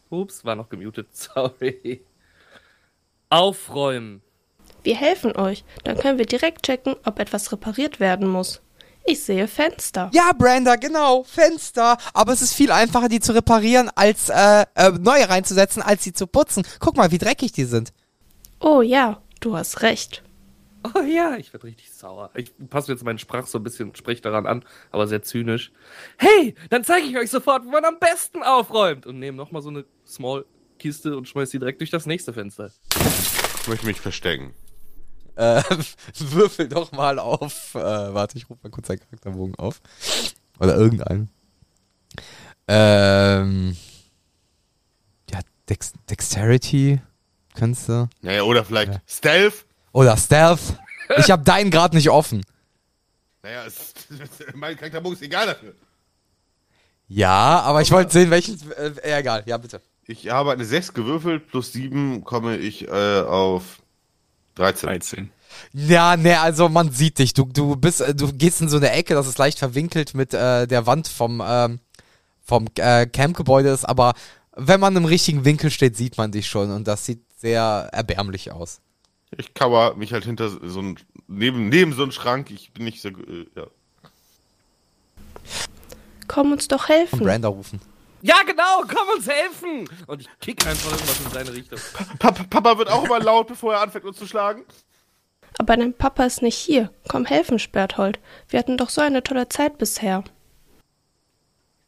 Ups, war noch gemutet, sorry. Aufräumen. Wir helfen euch, dann können wir direkt checken, ob etwas repariert werden muss. Ich sehe Fenster. Ja, Brenda, genau, Fenster. Aber es ist viel einfacher, die zu reparieren, als äh, äh, neue reinzusetzen, als sie zu putzen. Guck mal, wie dreckig die sind. Oh ja, du hast recht. Oh ja, ich werde richtig sauer. Ich passe jetzt meinen Sprach so ein bisschen, sprich daran an, aber sehr zynisch. Hey, dann zeige ich euch sofort, wie man am besten aufräumt. Und nehme nochmal so eine Small-Kiste und schmeiß die direkt durch das nächste Fenster. Ich möchte mich verstecken. Äh, würfel doch mal auf. Äh, warte, ich rufe mal kurz deinen Charakterbogen auf. Oder irgendeinen. Ähm. Ja, Dex Dexterity kannst du. Naja, oder vielleicht Stealth. Oder Stealth. Ich habe deinen Grad nicht offen. Naja, es, mein Charakterbogen ist egal dafür. Ja, aber ich wollte sehen, welchen. Äh, ja, egal, ja, bitte. Ich habe eine 6 gewürfelt, plus 7 komme ich äh, auf 13. 13. Ja, ne, also man sieht dich. Du, du bist, äh, du gehst in so eine Ecke, das ist leicht verwinkelt mit äh, der Wand vom, ähm, vom äh, Campgebäude ist, aber wenn man im richtigen Winkel steht, sieht man dich schon und das sieht sehr erbärmlich aus. Ich kauer mich halt hinter so ein neben, neben so einen Schrank. Ich bin nicht so. Äh, ja. Komm uns doch helfen. Und Brenda rufen. Ja, genau, komm uns helfen! Und ich kick einfach irgendwas in seine Richtung. Pa Papa wird auch immer laut, bevor er anfängt, uns zu schlagen. Aber dein Papa ist nicht hier. Komm helfen, Sperthold. Wir hatten doch so eine tolle Zeit bisher.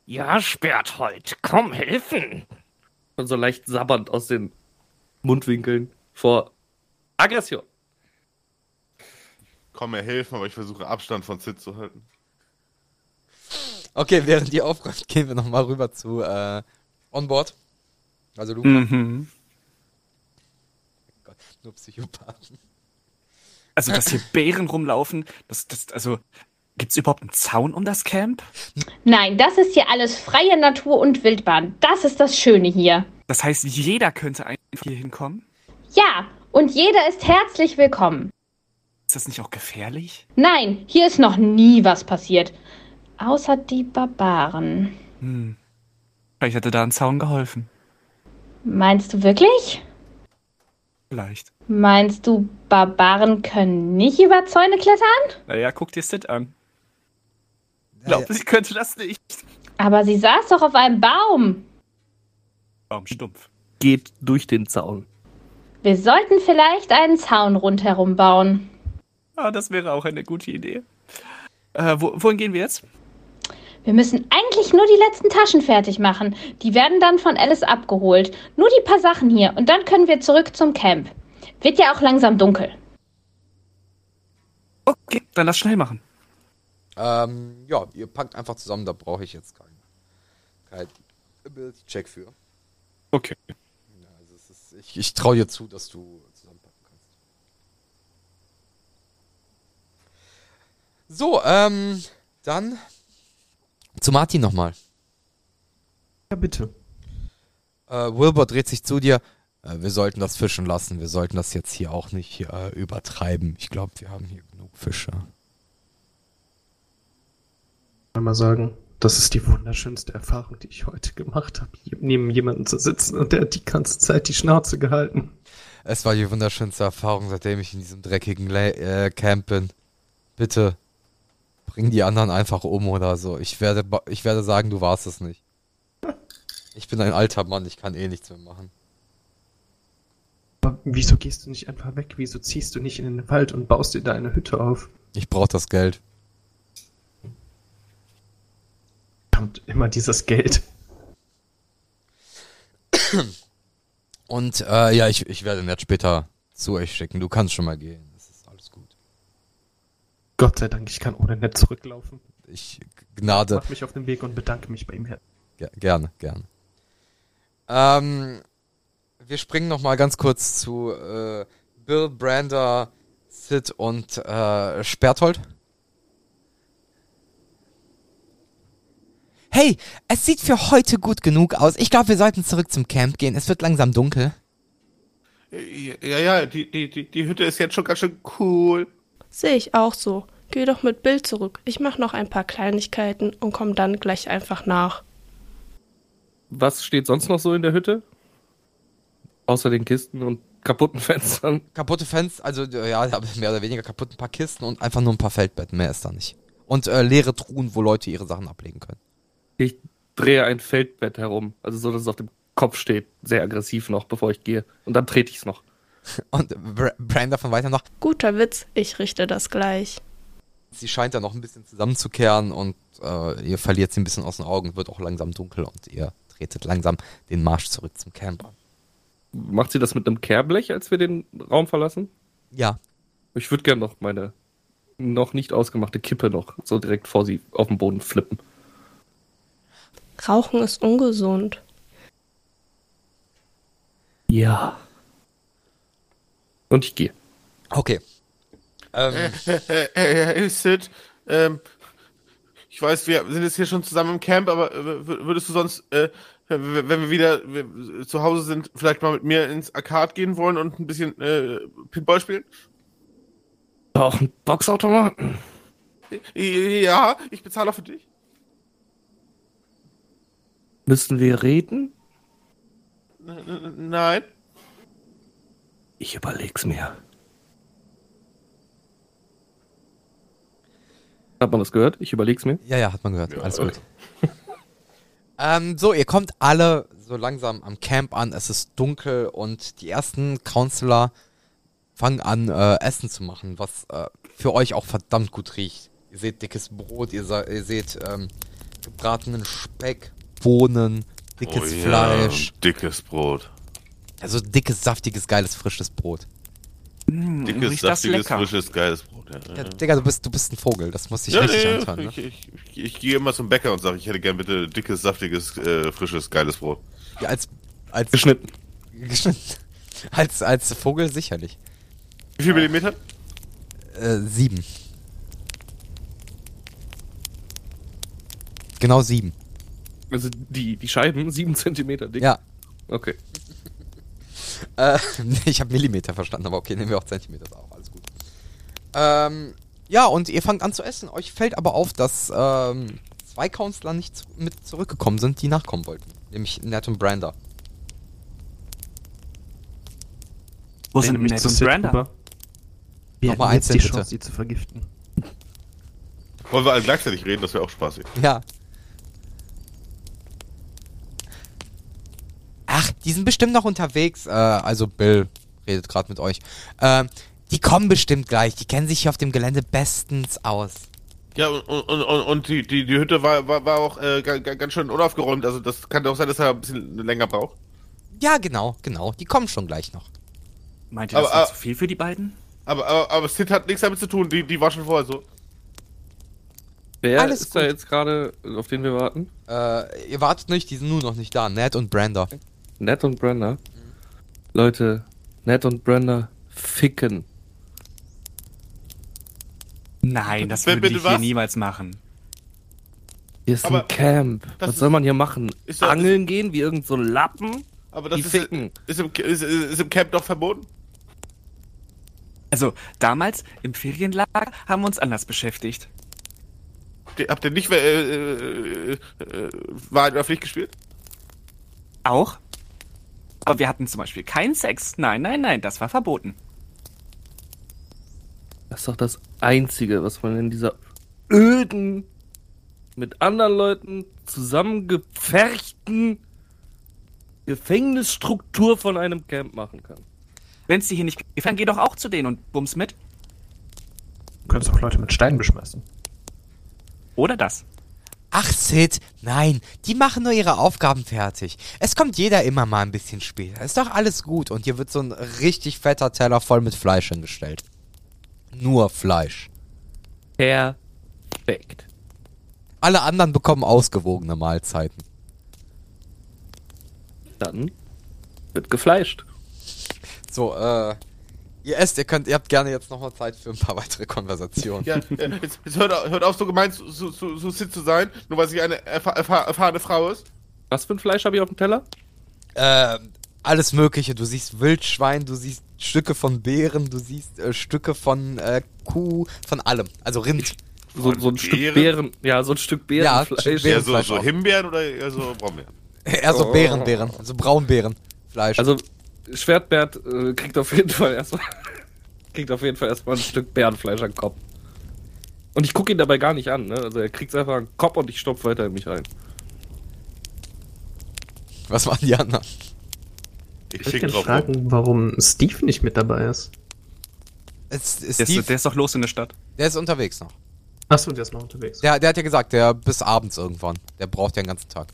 Ja, Sperthold, komm helfen. Und so leicht sabbernd aus den Mundwinkeln vor Aggression. Komm, er helfen, aber ich versuche Abstand von Sid zu halten. Okay, während ihr aufräumt, gehen wir nochmal rüber zu äh, Onboard. Also Luca. Mhm. Gott, nur Psychopathen. Also, dass hier Bären rumlaufen, das, das, also, gibt's überhaupt einen Zaun um das Camp? Nein, das ist hier alles freie Natur und Wildbahn. Das ist das Schöne hier. Das heißt, jeder könnte einfach hier hinkommen? Ja, und jeder ist herzlich willkommen. Ist das nicht auch gefährlich? Nein, hier ist noch nie was passiert. Außer die Barbaren. Hm. Vielleicht hätte da ein Zaun geholfen. Meinst du wirklich? Vielleicht. Meinst du, Barbaren können nicht über Zäune klettern? Naja, guck dir Sid an. Glaubt, sie könnte das nicht. Aber sie saß doch auf einem Baum. Baumstumpf. Geht durch den Zaun. Wir sollten vielleicht einen Zaun rundherum bauen. Ah, das wäre auch eine gute Idee. Äh, wo, wohin gehen wir jetzt? Wir müssen eigentlich nur die letzten Taschen fertig machen. Die werden dann von Alice abgeholt. Nur die paar Sachen hier und dann können wir zurück zum Camp. Wird ja auch langsam dunkel. Okay, dann lass schnell machen. Ähm, ja, ihr packt einfach zusammen, da brauche ich jetzt keinen kein Ability-Check für. Okay. Ja, also es ist, ich ich traue dir zu, dass du zusammenpacken kannst. So, ähm, dann zu Martin nochmal. Ja, bitte. Äh, Wilbur dreht sich zu dir. Äh, wir sollten das fischen lassen. Wir sollten das jetzt hier auch nicht äh, übertreiben. Ich glaube, wir haben hier genug Fische. Einmal sagen, das ist die wunderschönste Erfahrung, die ich heute gemacht habe. je- Neben jemandem zu sitzen und der hat die ganze Zeit die Schnauze gehalten. Es war die wunderschönste Erfahrung, seitdem ich in diesem dreckigen Le äh, Camp bin. Bitte bring die anderen einfach um oder so. Ich werde, ba- ich werde sagen, du warst es nicht. Ich bin ein alter Mann, ich kann eh nichts mehr machen. Aber wieso gehst du nicht einfach weg? Wieso ziehst du nicht in den Wald und baust dir da eine Hütte auf? Ich brauche das Geld. Kommt immer dieses Geld. Und äh, ja, ich, ich werde Ned später zu euch schicken. Du kannst schon mal gehen. Das ist alles gut. Gott sei Dank, ich kann ohne nett zurücklaufen. Ich Gnade. Mach mich auf den Weg und bedanke mich bei ihm her. Ger gerne, gerne. Ähm, wir springen noch mal ganz kurz zu äh, Bill, Brander, Sid und äh, Sperthold. Hey, es sieht für heute gut genug aus. Ich glaube, wir sollten zurück zum Camp gehen. Es wird langsam dunkel. Äh, Ja, ja, die, die, die, die Hütte ist jetzt schon ganz schön cool. Sehe ich auch so. Geh doch mit Bill zurück. Ich mache noch ein paar Kleinigkeiten und komm dann gleich einfach nach. Was steht sonst noch so in der Hütte? Außer den Kisten und kaputten Fenstern. Kaputte Fenster, also äh, ja, mehr oder weniger kaputt ein paar Kisten und einfach nur ein paar Feldbetten, mehr ist da nicht. Und äh, leere Truhen, wo Leute ihre Sachen ablegen können. Ich drehe ein Feldbett herum, also so, dass es auf dem Kopf steht, sehr aggressiv noch, bevor ich gehe. Und dann trete ich es noch. Und Br Bram davon weiter noch, Guter Witz, ich richte das gleich. sie scheint da noch ein bisschen zusammenzukehren und äh, ihr verliert sie ein bisschen aus den Augen, wird auch langsam dunkel und ihr tretet langsam den Marsch zurück zum Camp an. Macht sie das mit einem Kehrblech, als wir den Raum verlassen? Ja. Ich würde gern noch meine noch nicht ausgemachte Kippe noch so direkt vor sie auf den Boden flippen. Rauchen ist ungesund. Ja. Und ich gehe. Okay. Ähm, Äh, äh, äh, äh, Sid, ähm, ich weiß, wir sind jetzt hier schon zusammen im Camp, aber äh, wür- würdest du sonst, äh, wenn wenn wir wieder äh, zu Hause sind, vielleicht mal mit mir ins Arcade gehen wollen und ein bisschen äh, Pinball spielen? Auch ein Boxautomaten. Ja, ich bezahle auch für dich. Müssen wir reden? N- n- Nein. Ich überleg's mir. Hat man das gehört? Ich überleg's mir. Ja, ja, hat man gehört. Alles gut. Ähm, so, ihr kommt alle so langsam am Camp an. Es ist dunkel und die ersten Counselor fangen an, äh, Essen zu machen, was äh, für euch auch verdammt gut riecht. Ihr seht dickes Brot, ihr, sa- ihr seht ähm, gebratenen Speck, Bohnen, Oh dickes Fleisch. Dickes Brot. Also dickes, saftiges, geiles, frisches Brot. Dickes, Hm, Hm, riecht das saftiges, lecker. frisches, geiles Brot. Ja, Ja, Digga, du bist, du bist ein Vogel, das muss ich Ja, richtig ne? ja, ja. anfangen. Ich, ich, ich, ich gehe immer zum Bäcker und sage, ich hätte gern bitte dickes, saftiges, äh, frisches, geiles Brot. Ja, als, als geschnitten. Geschnitten. Als, als Vogel sicherlich. Wie viel Millimeter? Äh, sieben. Genau sieben. Also die, die Scheiben, sieben Zentimeter dick. Ja. Okay. Äh, nee, ich habe Millimeter verstanden, aber okay, nehmen wir auch Zentimeter das ist auch, alles gut. Ähm, ja, und ihr fangt an zu essen. Euch fällt aber auf, dass ähm, zwei Counselor nicht zu- mit zurückgekommen sind, die nachkommen wollten. Nämlich Ned und Branda. Wo Wenn sind mich Ned zu und Sid Brenda? rüber. Wir Nochmal hätten jetzt die einzeln, Chance, bitte. sie zu vergiften. Wollen wir alle gleichzeitig reden, das wäre auch spaßig. Ja. Ach, die sind bestimmt noch unterwegs. Äh, also Bill redet gerade mit euch. Ähm, die kommen bestimmt gleich. Die kennen sich hier auf dem Gelände bestens aus. Ja, und, und, und, und die, die, die Hütte war, war, war auch äh, ga- ga- ganz schön unaufgeräumt, also das kann doch sein, dass er ein bisschen länger braucht. Ja, genau, genau. Die kommen schon gleich noch. Meint ihr, das Aber, war äh, zu viel für die beiden? Aber, aber, aber Sid hat nichts damit zu tun, die, die war schon vorher so. Wer Alles ist gut. da jetzt gerade, auf den wir warten? Äh, ihr wartet nicht, die sind nur noch nicht da. Ned und Branda. Ned und Brenda. Leute, Ned und Brenda ficken. Nein, das Wer- würde bitte ich hier was? niemals machen. Hier ist Aber ein Camp. das Was ist- soll man hier machen? ist doch- Angeln gehen wie irgend so ein Lappen? Aber das Die ist, ficken. Ist, im, ist, ist im Camp doch verboten. Also, damals im Ferienlager haben wir uns anders beschäftigt. Die- Habt ihr nicht äh, äh, äh, äh, Wahrheit oder Pflicht gespielt? Auch. Aber wir hatten zum Beispiel keinen Sex. Nein, nein, nein, das war verboten. Das ist doch das Einzige, was man in dieser öden, mit anderen Leuten zusammengepferchten Gefängnisstruktur von einem Camp machen kann. Wenn es dir hier nicht gefällt, dann geh doch auch zu denen und bums mit. Du könntest auch Leute mit Steinen beschmeißen. Oder das. Ach, Sid, nein, die machen nur ihre Aufgaben fertig. Es kommt jeder immer mal ein bisschen später. Ist doch alles gut. Und hier wird so ein richtig fetter Teller voll mit Fleisch hingestellt. Nur Fleisch. Perfekt. Alle anderen bekommen ausgewogene Mahlzeiten. Dann wird gefleischt. So, äh, ihr esst, ihr könnt, ihr habt gerne jetzt nochmal Zeit für ein paar weitere Konversationen. Ja, äh, jetzt, jetzt hört, au- hört auf, so gemein zu, zu, zu, zu Sid zu sein, nur weil sie eine erfa erfa erfahrene Frau ist. Was für ein Fleisch habe ich auf dem Teller? Ähm, alles Mögliche. Du siehst Wildschwein, du siehst Stücke von Beeren, du siehst äh, Stücke von äh, Kuh, von allem. Also Rind. So, so ein Stück Beeren. Ja, so ein Stück Ja, Beerenfleisch. Stück Ja, so, Beerenfleisch so auch. Himbeeren oder eher so Brombeeren? Eher so Beeren, Beeren. So Braunbeerenfleisch. Also Schwertbert äh, kriegt auf jeden Fall erstmal kriegt auf jeden Fall erstmal ein Stück Bärenfleisch an den Kopf. Und ich gucke ihn dabei gar nicht an, ne? Also er kriegt's einfach an den Kopf und ich stopf weiter in mich rein. Was machen die anderen? Ich würde gerne fragen, warum Steve nicht mit dabei ist. Es, es, Der Steve, ist- der der, ist ist doch los in der Stadt. der ist unterwegs noch. Achso, der ist noch unterwegs. Der, der hat ja gesagt, der bis abends irgendwann. Der braucht ja den ganzen Tag.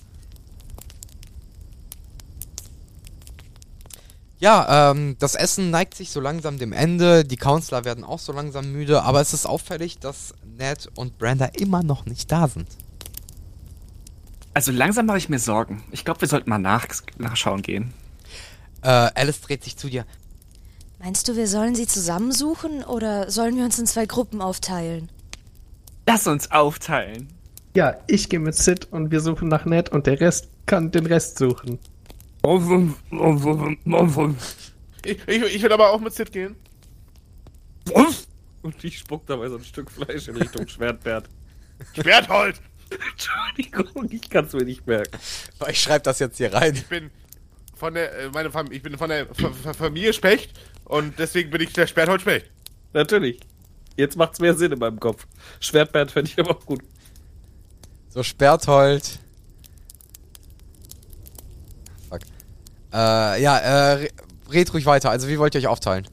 Ja, ähm, das Essen neigt sich so langsam dem Ende. Die Counselor werden auch so langsam müde. Aber es ist auffällig, dass Ned und Brenda immer noch nicht da sind. Also langsam mache ich mir Sorgen. Ich glaube, wir sollten mal nach, nachschauen gehen. Äh, Alice dreht sich zu dir. Meinst du, wir sollen sie zusammensuchen oder sollen wir uns in zwei Gruppen aufteilen? Lass uns aufteilen. Ja, ich gehe mit Sid und wir suchen nach Ned und der Rest kann den Rest suchen. Ich, ich, ich will aber auch mit Sid gehen. Und ich spuck dabei so ein Stück Fleisch in Richtung Schwertbert. Schwerthold! Entschuldigung, ich kann's mir nicht merken. Ich schreibe das jetzt hier rein. Ich bin von der, äh, meine Fam ich bin von der Fa Fa Familie Specht und deswegen bin ich der Schwerthold Specht. Natürlich. Jetzt macht's mehr Sinn in meinem Kopf. Schwertbert fände ich aber auch gut. So, Sperrtold. Fuck. Äh, ja, äh, re- red ruhig weiter. Also, wie wollt ihr euch aufteilen?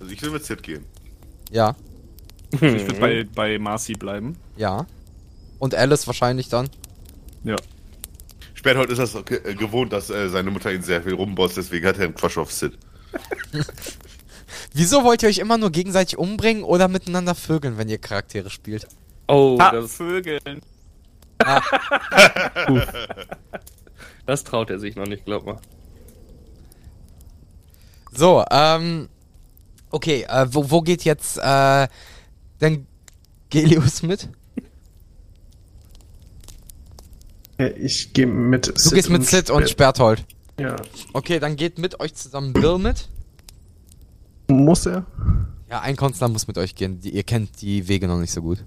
Also ich will mit Sid gehen. Ja, Also ich würde bei, bei Marcy bleiben. ja. Und Alice wahrscheinlich dann. Ja. Sperthold ist das äh, gewohnt, dass äh, seine Mutter ihn sehr viel rumbosst, deswegen hat er einen Crush auf Sid. Wieso wollt ihr euch immer nur gegenseitig umbringen oder miteinander vögeln, wenn ihr Charaktere spielt? Oh, ha, das- Ah. Vögeln. Das traut er sich noch nicht, glaub mal. So, ähm. Okay, äh, wo, wo geht jetzt, äh, denn Gelius mit? Äh, Ich gehe mit Du gehst mit Sid und Sperthold. Ja. Okay, dann geht mit euch zusammen Bill mit. Muss er? Ja, ein Konstler muss mit euch gehen. Die, ihr kennt die Wege noch nicht so gut.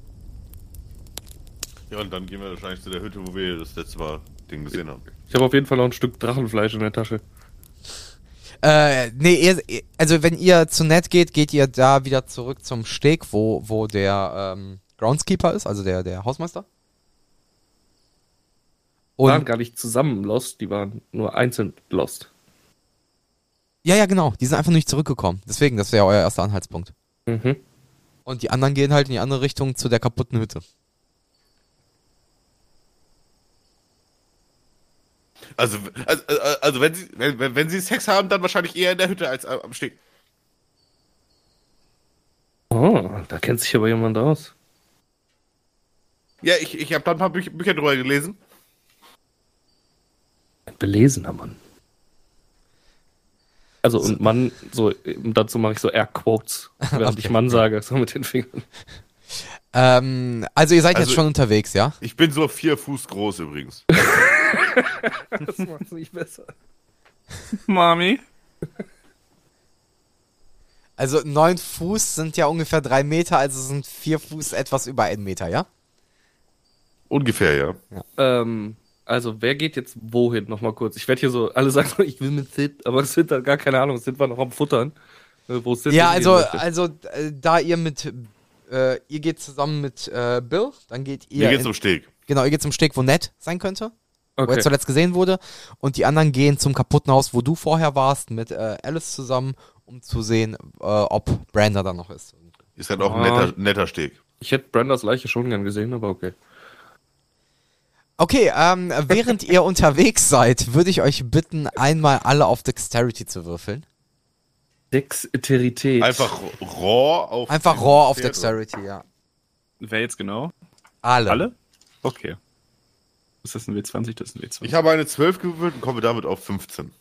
Ja, und dann gehen wir wahrscheinlich zu der Hütte, wo wir das letzte Mal den gesehen haben. Ich habe auf jeden Fall noch ein Stück Drachenfleisch in der Tasche. Äh, nee, ihr, ihr- also wenn ihr zu Ned geht, geht ihr da wieder zurück zum Steg, wo, wo der ähm, Groundskeeper ist, also der, der Hausmeister. Die waren gar nicht zusammen lost, die waren nur einzeln lost. Ja, ja, genau. Die sind einfach nicht zurückgekommen. Deswegen, das wäre euer erster Anhaltspunkt. Mhm. Und die anderen gehen halt in die andere Richtung zu der kaputten Hütte. Also, also, also wenn, sie, wenn, wenn, wenn sie Sex haben, dann wahrscheinlich eher in der Hütte als am am Steg. Oh, da kennt sich aber jemand aus. Ja, ich, ich habe da ein paar Büch Bücher drüber gelesen. Ein belesener Mann. Also und Mann, so ähm, dazu mache ich so Air Quotes, während Okay. ich Mann sage, so mit den Fingern. Ähm, also ihr seid Also- jetzt schon unterwegs, ja? Ich bin so vier Fuß groß übrigens. Das macht's nicht besser. Mami. Also neun Fuß sind ja ungefähr drei Meter, also sind vier Fuß etwas über einen Meter, ja? Ungefähr, ja. Ähm, also wer geht jetzt wohin? Nochmal kurz. Ich werde hier so, alle sagen, so, ich will mit Sid, aber Sid hat gar keine Ahnung, Sid war noch am Futtern. Äh, Wo Sid ja, hingehen also, möchte. also äh, da ihr mit, äh, ihr geht zusammen mit äh, Bill, dann geht ihr. Wir gehen in- zum um Steg. Genau, ihr geht zum Steg, wo Ned sein könnte. Wo Okay. er zuletzt gesehen wurde. Und die anderen gehen zum kaputten Haus, wo du vorher warst, mit äh, Alice zusammen, um zu sehen, äh, ob Branda da noch ist. Ist halt auch ein Ah. netter, netter Steg. Ich hätte Brandas Leiche schon gern gesehen, aber okay. Okay, ähm, während ihr unterwegs seid, würde ich euch bitten, einmal alle auf Dexterity zu würfeln. Dexterität. Einfach raw auf. Einfach raw auf Dexterity, ja. Wer jetzt genau? Alle. Alle? Okay. Ist das ein W20? Das ist ein W20. Ich habe eine 12 gewürfelt und komme damit auf 15.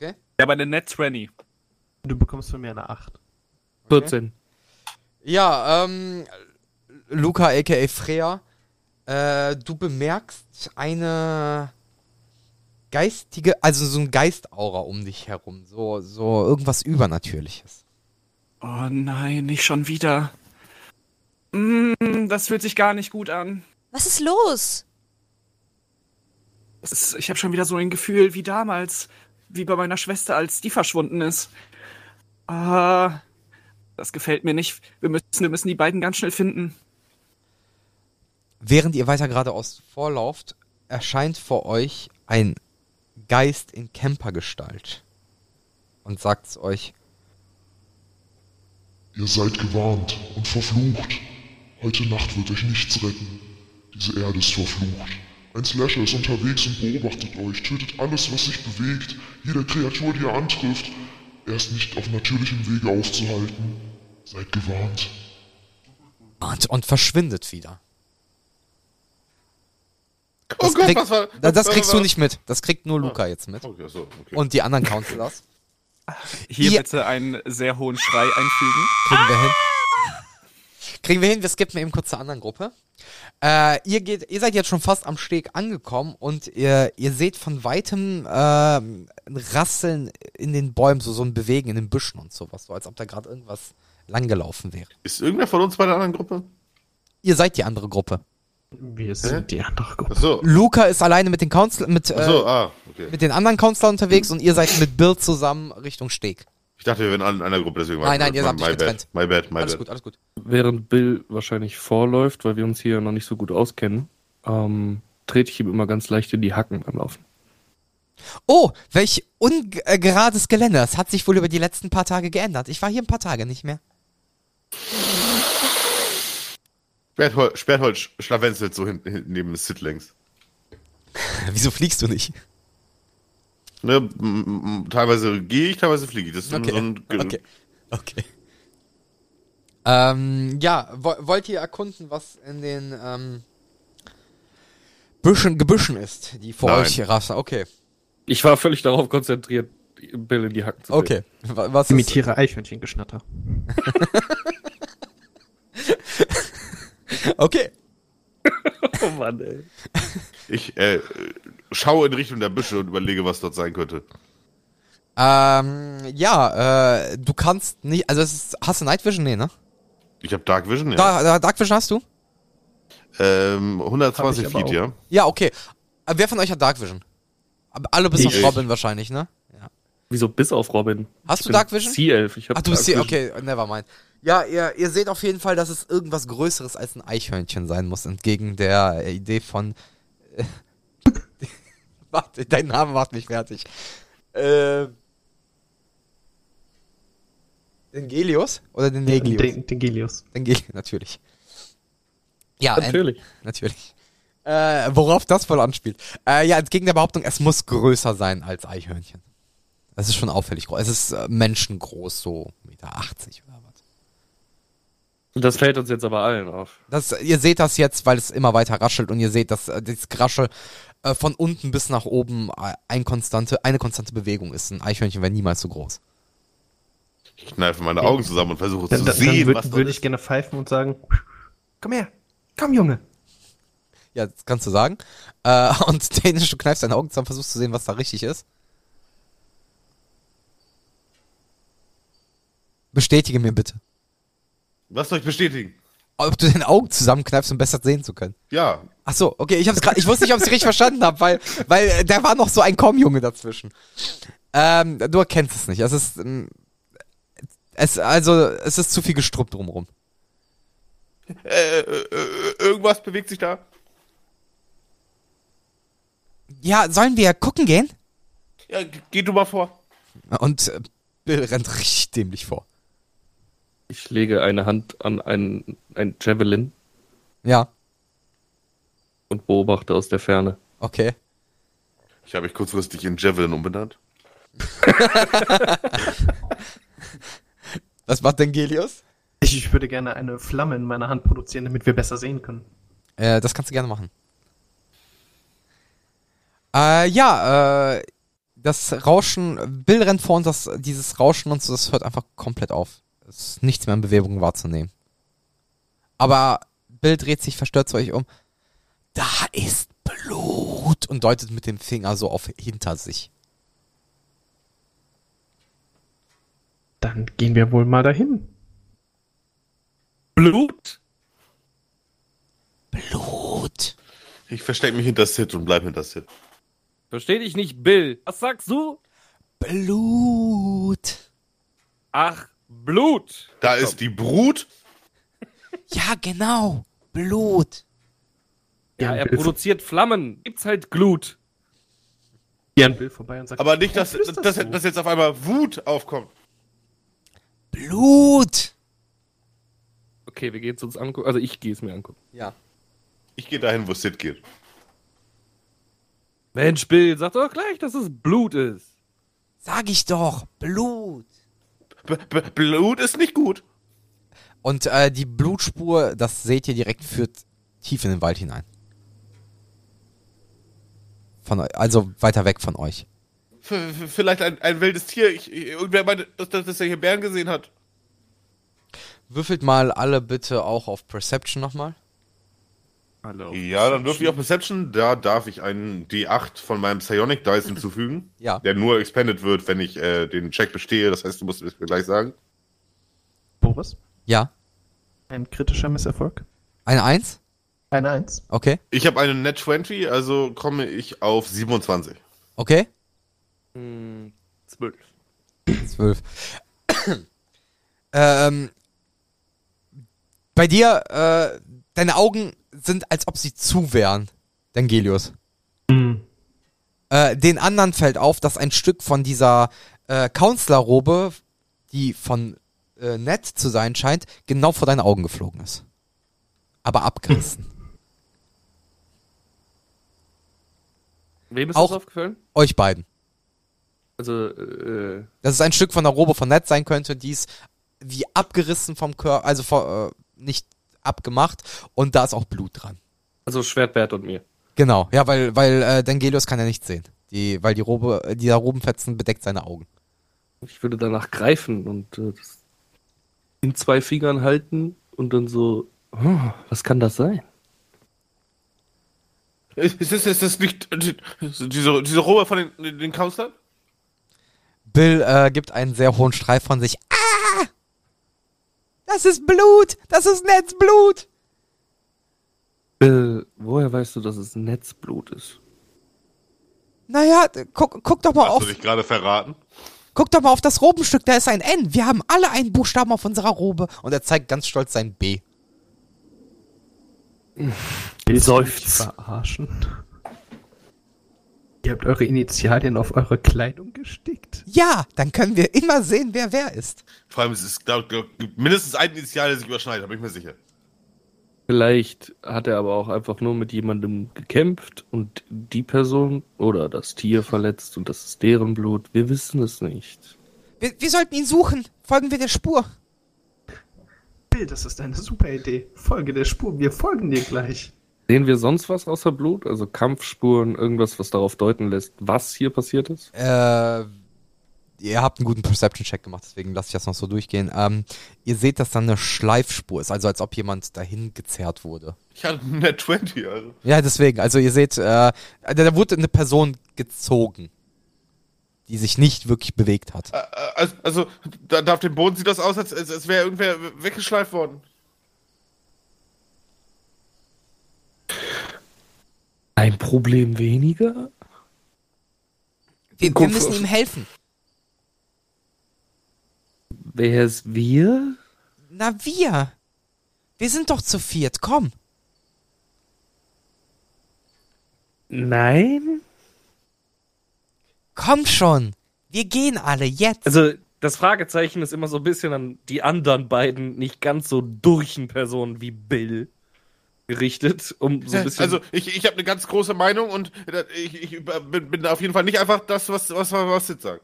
Ja, bei der Net 20. Du bekommst von mir eine 8. 14. Ja, ähm, Luca aka Freya, äh, du bemerkst eine geistige, also so ein Geistaura um dich herum, so, so irgendwas Übernatürliches. Oh nein, nicht schon wieder. Mm, das fühlt sich gar nicht gut an. Was ist los? Es ist- Ich habe schon wieder so ein Gefühl wie damals, wie bei meiner Schwester, als die verschwunden ist. Ah, das gefällt mir nicht. Wir müssen, wir müssen die beiden ganz schnell finden. Während ihr weiter geradeaus vorlauft, erscheint vor euch ein Geist in Campergestalt und sagt zu euch, Ihr seid gewarnt und verflucht. Heute Nacht wird euch nichts retten. Diese Erde ist verflucht. Ein Slasher ist unterwegs und beobachtet euch, tötet alles, was sich bewegt, jede Kreatur, die er antrifft. Er ist nicht auf natürlichem Wege aufzuhalten. Seid gewarnt. und, und verschwindet wieder. Oh Das, Gott, krieg, was war- das, was war- kriegst du war- Ah. nicht mit. Das kriegt nur Luca jetzt mit. Okay, so, okay. Und die anderen Counselors. Hier Ja. bitte einen sehr hohen Schrei einfügen. Kriegen wir hin. Ah! Kriegen wir hin, wir skippen eben kurz zur anderen Gruppe. Äh, ihr, geht, ihr seid jetzt schon fast am Steg angekommen und ihr, ihr seht von weitem ähm, ein Rasseln in den Bäumen, so, so ein Bewegen in den Büschen und sowas, so als ob da gerade irgendwas langgelaufen wäre. Ist irgendwer von uns bei der anderen Gruppe? Ihr seid die andere Gruppe. Wir sind die andere Gruppe. Achso. Luca ist alleine mit den Counsel mit, äh, Ach so, ah, okay. mit den anderen Counselor unterwegs und ihr seid mit Bill zusammen Richtung Steg. Ich dachte, wir wären alle in einer Gruppe, deswegen Nein, nein, ihr habt my euch bad, getrennt. My bad, my Alles bad. gut, alles gut. Während Bill wahrscheinlich vorläuft, weil wir uns hier noch nicht so gut auskennen, ähm, trete ich ihm immer ganz leicht in die Hacken beim Laufen. Oh, welch ungerades Gelände. Das hat sich wohl über die letzten paar Tage geändert. Ich war hier ein paar Tage nicht mehr. Sperrtholz, Sperrtholz sch- schlawenzelt so hinten hin, neben Sid längs. Wieso fliegst du nicht? Ne, m- m- m- teilweise gehe ich, teilweise fliege ich. Das ist Okay, so ein Genau. Ge- okay. Ähm, ja, wo wollt ihr erkunden, was in den ähm, Büschen, Gebüschen ist, die vor Nein. euch hier rasten? Okay. Ich war völlig darauf konzentriert, Bill in die Hacken zu Okay. Wa- Was ist, Imitiere Eichhörnchengeschnatter. okay. oh Mann, ey. Ich äh, schaue in Richtung der Büsche und überlege, was dort sein könnte. Ähm, ja, äh, du kannst nicht, also es ist, hast du Night Vision? Nee, ne? Ich habe Dark Vision, ja. Da, da, Dark Vision hast du? Ähm, 120 Hab ich aber Feet, auch. ja. Ja, okay. Aber wer von euch hat Dark Vision? Aber Alle bis auf Ich. Robin wahrscheinlich, ne? Ja. Wieso bis auf Robin? Hast Ich du bin Dark Vision? C11, ich hab Ach, du bist Dark hier, okay, nevermind. Ja, ihr, ihr seht auf jeden Fall, dass es irgendwas Größeres als ein Eichhörnchen sein muss, entgegen der Idee von. Äh, warte, dein Name macht mich fertig. Ähm. Dengelius? Oder den Negelius? Den- Dengelius. Dengelius, natürlich. Ja, Natürlich. Ein, natürlich. Äh, worauf das wohl anspielt. Äh, ja, entgegen der Behauptung, es muss größer sein als Eichhörnchen. Es ist schon auffällig groß. Es ist äh, menschengroß, so 1,80 Meter oder was. Das fällt uns jetzt aber allen auf. Das, ihr seht das jetzt, weil es immer weiter raschelt und ihr seht, dass äh, dieses Geraschel äh, von unten bis nach oben äh, ein konstante, eine konstante Bewegung ist. Ein Eichhörnchen wäre niemals so groß. Ich kneife meine Augen zusammen und versuche Dann, zu dann, sehen, dann was würde dort würd ich gerne pfeifen und sagen, komm her, komm Junge. Ja, das kannst du sagen. Äh, und Dänisch, du kneifst deine Augen zusammen, versuchst zu sehen, was da richtig ist. Bestätige mir bitte, Was soll ich bestätigen? ob du deine Augen zusammenkneifst, um besser sehen zu können. Ja. Ach so, okay, ich hab's grad, ich wusste nicht, ob ich richtig verstanden habe, weil, weil äh, da war noch so ein Kommjunge dazwischen. Ähm, du erkennst es nicht. Es ist, ähm, es, also, es ist zu viel Gestrüpp drumrum. Äh, äh, äh, irgendwas bewegt sich da. Ja, sollen wir gucken gehen? Ja, g- geh du mal vor. Und äh, Bill rennt richtig dämlich vor. Ich lege eine Hand an ein, ein Javelin Ja, und beobachte aus der Ferne. okay. Ich habe mich kurzfristig in Javelin umbenannt. Was macht denn Gelius? Ich, ich würde gerne eine Flamme in meiner Hand produzieren, damit wir besser sehen können. Äh, das kannst du gerne machen. Äh, ja, äh, das Rauschen, Bill rennt vor und das, dieses Rauschen und so, das hört einfach komplett auf. Es ist nichts mehr in Bewegung wahrzunehmen. Aber Bill dreht sich verstört zu euch um. Da ist Blut. guckt und deutet mit dem Finger so auf hinter sich. Dann gehen wir wohl mal dahin. Blut? Blut. Ich verstecke mich hinter Sid und bleib hinter Sid. Versteh dich nicht, Bill. Was sagst du? Blut. Ach, Blut. Da ist die Brut. Ja, genau. Blut. Ja, er produziert Flammen. Gibt's halt Glut. Hier ein Bild vorbei und sagt, Aber nicht, dass, warum flüsterst dass, du? dass jetzt auf einmal Wut aufkommt. Blut. Okay, wir gehen es uns angucken. Also ich gehe es mir angucken. Ja. Ich gehe dahin, wo Sid geht. Mensch, Bill, sag doch gleich, dass es Blut ist. Sag ich doch. Blut. Blut ist nicht gut. Und äh, die Blutspur, das seht ihr direkt, führt tief in den Wald hinein. Von, eu- also weiter weg von euch. V- v- Vielleicht ein, ein wildes Tier. Ich, ich, irgendwer meinte, dass, dass, dass er hier Bären gesehen hat. Würfelt mal alle bitte auch auf Perception nochmal. Hallo. Ja, dann dürfte ich auf Perception. Da darf ich einen D8 von meinem Psionic Dice hinzufügen. Ja. Der nur expanded wird, wenn ich äh, den Check bestehe. Das heißt, du musst es mir gleich sagen. Boris? Ja. Ein kritischer Misserfolg. Eine Eins? Eine Eins. Okay. Ich habe eine Net 20, also komme ich auf 27. Okay. Hm, zwölf. Zwölf. ähm, bei dir, äh, deine Augen sind, als ob sie zu wären, Dangelius. Äh, den anderen fällt auf, dass ein Stück von dieser äh, Counselor-Robe, die von äh, Ned zu sein scheint, genau vor deine Augen geflogen ist. Aber abgerissen. Wem ist Auch- das aufgefallen? Euch beiden. Also, äh, dass es ein Stück von der Robe von Ned sein könnte, die ist wie abgerissen vom Körper, also vor, äh, nicht abgemacht und da ist auch Blut dran. also Schwertbert und mir. Genau, ja, weil, weil äh, Dangelius kann ja nichts sehen. Die, weil die Robe, äh, dieser Robenfetzen bedeckt seine Augen. Ich würde danach greifen und äh, das in zwei Fingern halten und dann so, oh, was kann das sein? Ist, ist, ist das nicht äh, diese, diese Robe von den, den Counselor? Bill äh, gibt einen sehr hohen Schrei von sich. Ah! Das ist Blut! Das ist Neds Blut! Bill, woher weißt du, dass es Netzblut ist? Naja, d- guck, guck doch mal Hast du auf, dich gerade verraten? guck doch mal auf das Robenstück, da ist ein N. Wir haben alle einen Buchstaben auf unserer Robe. Und er zeigt ganz stolz sein B. Seufz. Verarschen. Ihr habt eure Initialien auf eure Kleidung gestickt. Ja, dann können wir immer sehen, wer wer ist. Vor allem, es ist, glaub, glaub, gibt mindestens ein Initial, das sich überschneidet, da bin ich mir sicher. Vielleicht hat er aber auch einfach nur mit jemandem gekämpft und die Person oder das Tier verletzt und das ist deren Blut. Wir wissen es nicht. Wir, wir sollten ihn suchen. Folgen wir der Spur. Bill, das ist eine super Idee. Folge der Spur, wir folgen dir gleich. Sehen wir sonst was außer Blut? Also Kampfspuren, irgendwas, was darauf deuten lässt, was hier passiert ist? Äh, ihr habt einen guten Perception-Check gemacht, deswegen lasse ich das noch so durchgehen. Ähm, ihr seht, dass da eine Schleifspur ist, also als ob jemand dahin gezerrt wurde. Ich hatte eine Net 20, also. Ja, deswegen. Also ihr seht, äh, da, da wurde eine Person gezogen, die sich nicht wirklich bewegt hat. Äh, äh, Also, also da, da auf dem Boden sieht das aus, als, als, als wäre irgendwer weggeschleift worden. Ein Problem weniger? Wir, wir Guck, müssen ihm helfen. Wer ist wir? Na wir. Wir sind doch zu viert, komm. Nein? Komm schon. Wir gehen alle jetzt. Also, das Fragezeichen ist immer so ein bisschen an die anderen beiden nicht ganz so durchen Personen wie Bill gerichtet, um so ein bisschen. Also ich, ich habe eine ganz große Meinung und äh, ich, ich über- bin, bin auf jeden Fall nicht einfach das, was, was, was Sid sagt.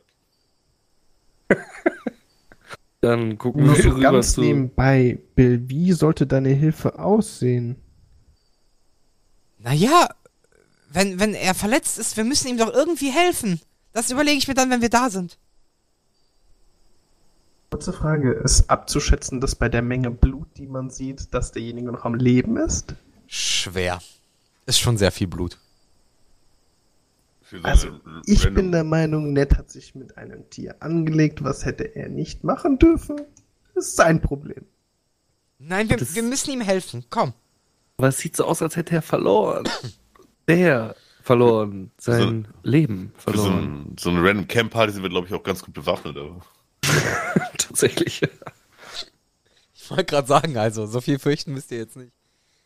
dann gucken Nur wir so rüber ganz zu. nebenbei, Bill, wie sollte deine Hilfe aussehen? Naja, wenn, wenn er verletzt ist, wir müssen ihm doch irgendwie helfen. Das überlege ich mir dann, wenn wir da sind. Kurze Frage, ist abzuschätzen, dass bei der Menge Blut, die man sieht, dass derjenige noch am Leben ist? Schwer. Ist schon sehr viel Blut. Für so Also, eine ich random- bin der Meinung, Ned hat sich mit einem Tier angelegt. Was hätte er nicht machen dürfen? Das ist sein Problem. Nein, wir, wir müssen ihm helfen. Komm. Aber es sieht so aus, als hätte er verloren. Der verloren. Sein Leben Für so, verloren. ein, so eine random Camp Party sind wir, glaube ich, auch ganz gut bewaffnet. Aber. Tatsächlich. Ich wollte gerade sagen, also, so viel fürchten müsst ihr jetzt nicht.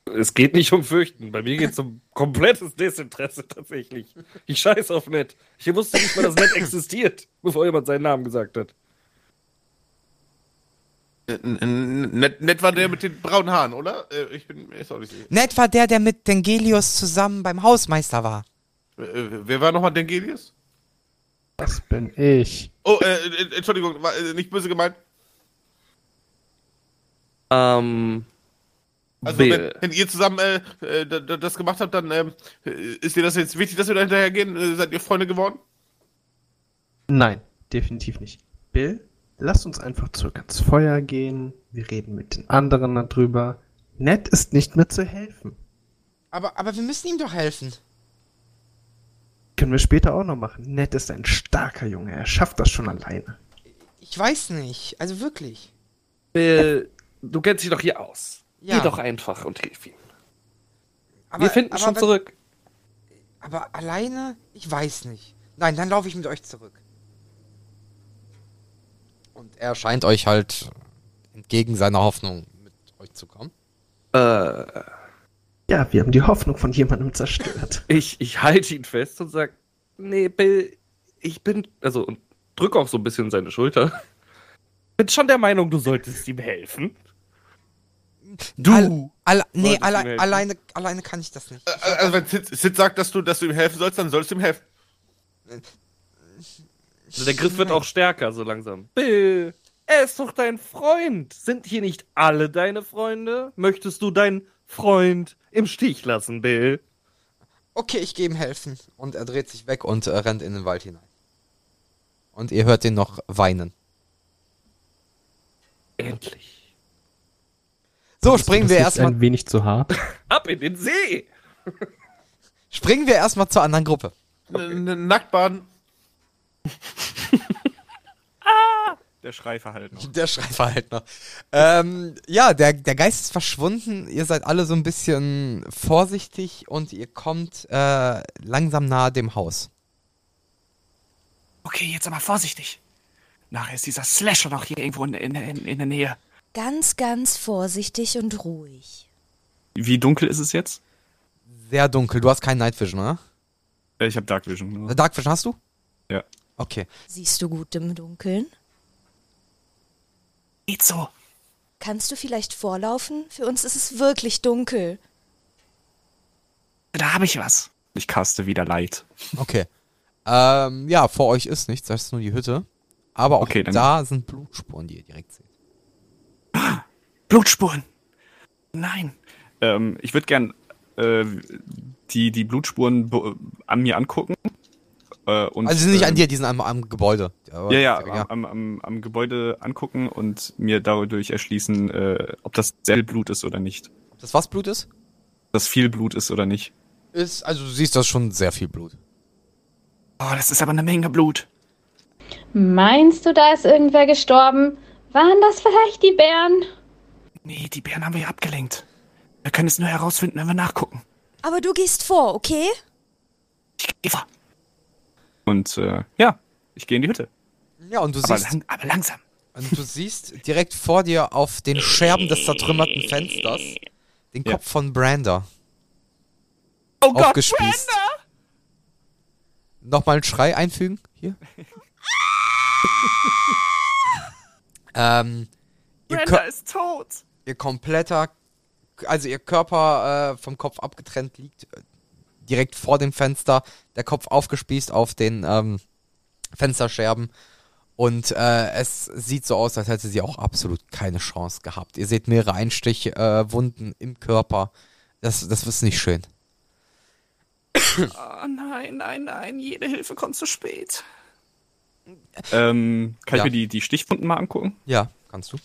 Es geht nicht um Fürchten. Bei mir geht es um komplettes Desinteresse tatsächlich. Ich scheiß auf Ned. Ich wusste nicht mal, dass Ned existiert, bevor jemand seinen Namen gesagt hat. Nett, nett war der mit den braunen Haaren, oder? Äh, Ich bin mir jetzt auch nicht sicher. Ned war der, der mit Dengelius zusammen beim Hausmeister war. Äh, Wer war nochmal Dengelius? Das bin ich. Oh, äh, äh, Entschuldigung, war äh, nicht böse gemeint. Ähm. Also, Bill. wenn, wenn ihr zusammen äh, äh, d- d- das gemacht habt, dann ähm, äh, ist dir das jetzt wichtig, dass wir da hinterhergehen? Äh, seid ihr Freunde geworden? Nein, definitiv nicht. Bill, lass uns einfach zurück ans Feuer gehen. Wir reden mit den anderen darüber. Ned ist nicht mehr zu helfen. Aber, aber wir müssen ihm doch helfen. Können wir später auch noch machen. Ned ist ein starker Junge. Er schafft das schon alleine. Ich weiß nicht. Also wirklich. Bill, du kennst dich doch hier aus. Ja. Geh doch einfach und hilf ihm. Aber, Wir finden schon wenn- zurück. Aber alleine? Ich weiß nicht. Nein, dann laufe ich mit euch zurück. Und er scheint euch halt entgegen seiner Hoffnung mit euch zu kommen. Äh, Ja, wir haben die Hoffnung von jemandem zerstört. ich, ich halte ihn fest und sag, nee, Bill, ich bin, also, und drück auch so ein bisschen seine Schulter. Bin schon der Meinung, du solltest ihm helfen. Du! All, nee, Wolltest alle, du mir helfen? alleine, alleine kann ich das nicht. Äh, Also, wenn Sid, Sid sagt, dass du, dass du ihm helfen sollst, dann sollst du ihm helfen. Also der Griff wird auch stärker, so langsam. Bill, er ist doch dein Freund. Sind hier nicht alle deine Freunde? Möchtest du deinen Freund im Stich lassen, Bill? Okay, ich gebe ihm helfen. Und er dreht sich weg und äh, rennt in den Wald hinein. Und ihr hört ihn noch weinen. Endlich. So, springen wir Das ist erstmal ein wenig zu hart. Ab in den See! springen wir erstmal zur anderen Gruppe. N- n- Nacktbaden. Der Schrei verhalten. Der Schreibverhaltner. Ähm, ja, der, der Geist ist verschwunden. Ihr seid alle so ein bisschen vorsichtig und ihr kommt äh, langsam nahe dem Haus. Okay, jetzt aber vorsichtig. Nachher ist dieser Slasher noch hier irgendwo in, in, in, in der Nähe. Ganz, ganz vorsichtig und ruhig. Wie dunkel ist es jetzt? Sehr dunkel. Du hast keinen Night Vision, oder? Äh, Ich habe Dark Vision. Äh, Dark Vision hast du? Ja. Okay. Siehst du gut im Dunkeln? Geht so. Kannst du vielleicht vorlaufen? Für uns ist es wirklich dunkel. Da habe ich was. Ich caste wieder Light. Okay. Ähm, ja, vor euch ist nichts, das ist nur die Hütte. Aber auch Okay, dann- da sind Blutspuren, die ihr direkt seht. Blutspuren. Nein. Ähm, ich würde gern äh, die, die Blutspuren be- an mir angucken. Äh, und, also die sind nicht an ähm, dir, die sind am, am Gebäude. Aber- Ja, ja, Am, am, am Gebäude angucken und mir dadurch erschließen, äh, ob das sehr viel Blut ist oder nicht. Ob das was Blut ist? Ob das viel Blut ist oder nicht. Ist, also du siehst das schon sehr viel Blut. Oh, das ist aber eine Menge Blut. Meinst du, da ist irgendwer gestorben? Waren das vielleicht die Bären? Nee, die Bären haben wir ja abgelenkt. Wir können es nur herausfinden, wenn wir nachgucken. Aber du gehst vor, okay? Eva. Und äh, ja, ich gehe in die Hütte. Ja, und du Aber siehst. lang- aber langsam. Und du siehst direkt vor dir auf den Scherben des zertrümmerten Fensters den Ja. Kopf von Brander. Oh Gott, aufgespießt. Nochmal einen Schrei einfügen. Hier. ähm, ihr, Brenda Kö- ist tot. ihr kompletter, also ihr Körper äh, vom Kopf abgetrennt liegt äh, direkt vor dem Fenster, der Kopf aufgespießt auf den ähm, Fensterscherben. Und äh, es sieht so aus, als hätte sie auch absolut keine Chance gehabt. Ihr seht mehrere Einstichwunden äh, Wunden im Körper. Das, das ist nicht schön. Oh nein, nein, nein. Jede Hilfe kommt zu spät. Ähm, kann Ja. ich mir die, die Stichwunden mal angucken? Ja, kannst du.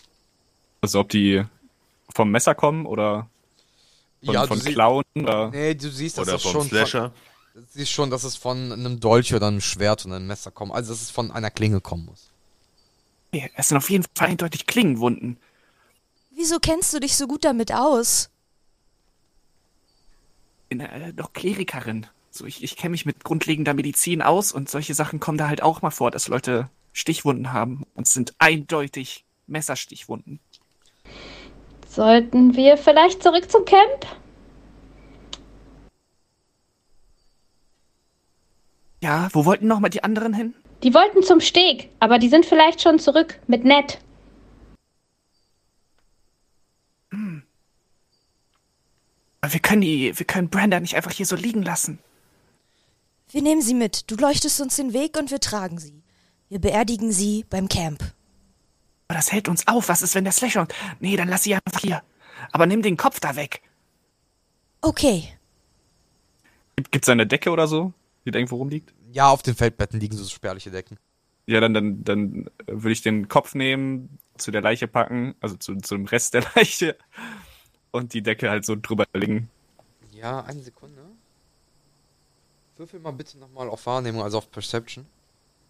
Also ob die vom Messer kommen oder von, Ja, du von sie- Klauen oder Nee, du siehst, dass Oder das vom schon Slasher. Von, siehst schon, dass es von einem Dolch oder einem Schwert oder einem Messer kommt. Also, dass es von einer Klinge kommen muss. Ja, Es sind auf jeden Fall eindeutig Klingenwunden. Wieso kennst du dich so gut damit aus? Bin äh, doch Klerikerin. So, ich, ich kenne mich mit grundlegender Medizin aus und solche Sachen kommen da halt auch mal vor, dass Leute Stichwunden haben und es sind eindeutig Messerstichwunden. Sollten wir vielleicht zurück zum Camp? Ja, wo wollten nochmal die anderen hin? Die wollten zum Steg, aber die sind vielleicht schon zurück mit Ned. Wir können die, wir können Brenda nicht einfach hier so liegen lassen. Wir nehmen sie mit. Du leuchtest uns den Weg und wir tragen sie. Wir beerdigen sie beim Camp. Aber das hält uns auf. Was ist, wenn der Slash und. Nee, dann lass sie einfach hier. Aber nimm den Kopf da weg. Okay. Gibt es eine Decke oder so, die da irgendwo rumliegt? Ja, auf den Feldbetten liegen so spärliche Decken. Ja, dann, dann, dann äh, würde ich den Kopf nehmen, zu der Leiche packen, also zu, zu dem Rest der Leiche und die Decke halt so drüber legen. Ja, eine Sekunde. Würfel mal bitte nochmal auf Wahrnehmung, also auf Perception.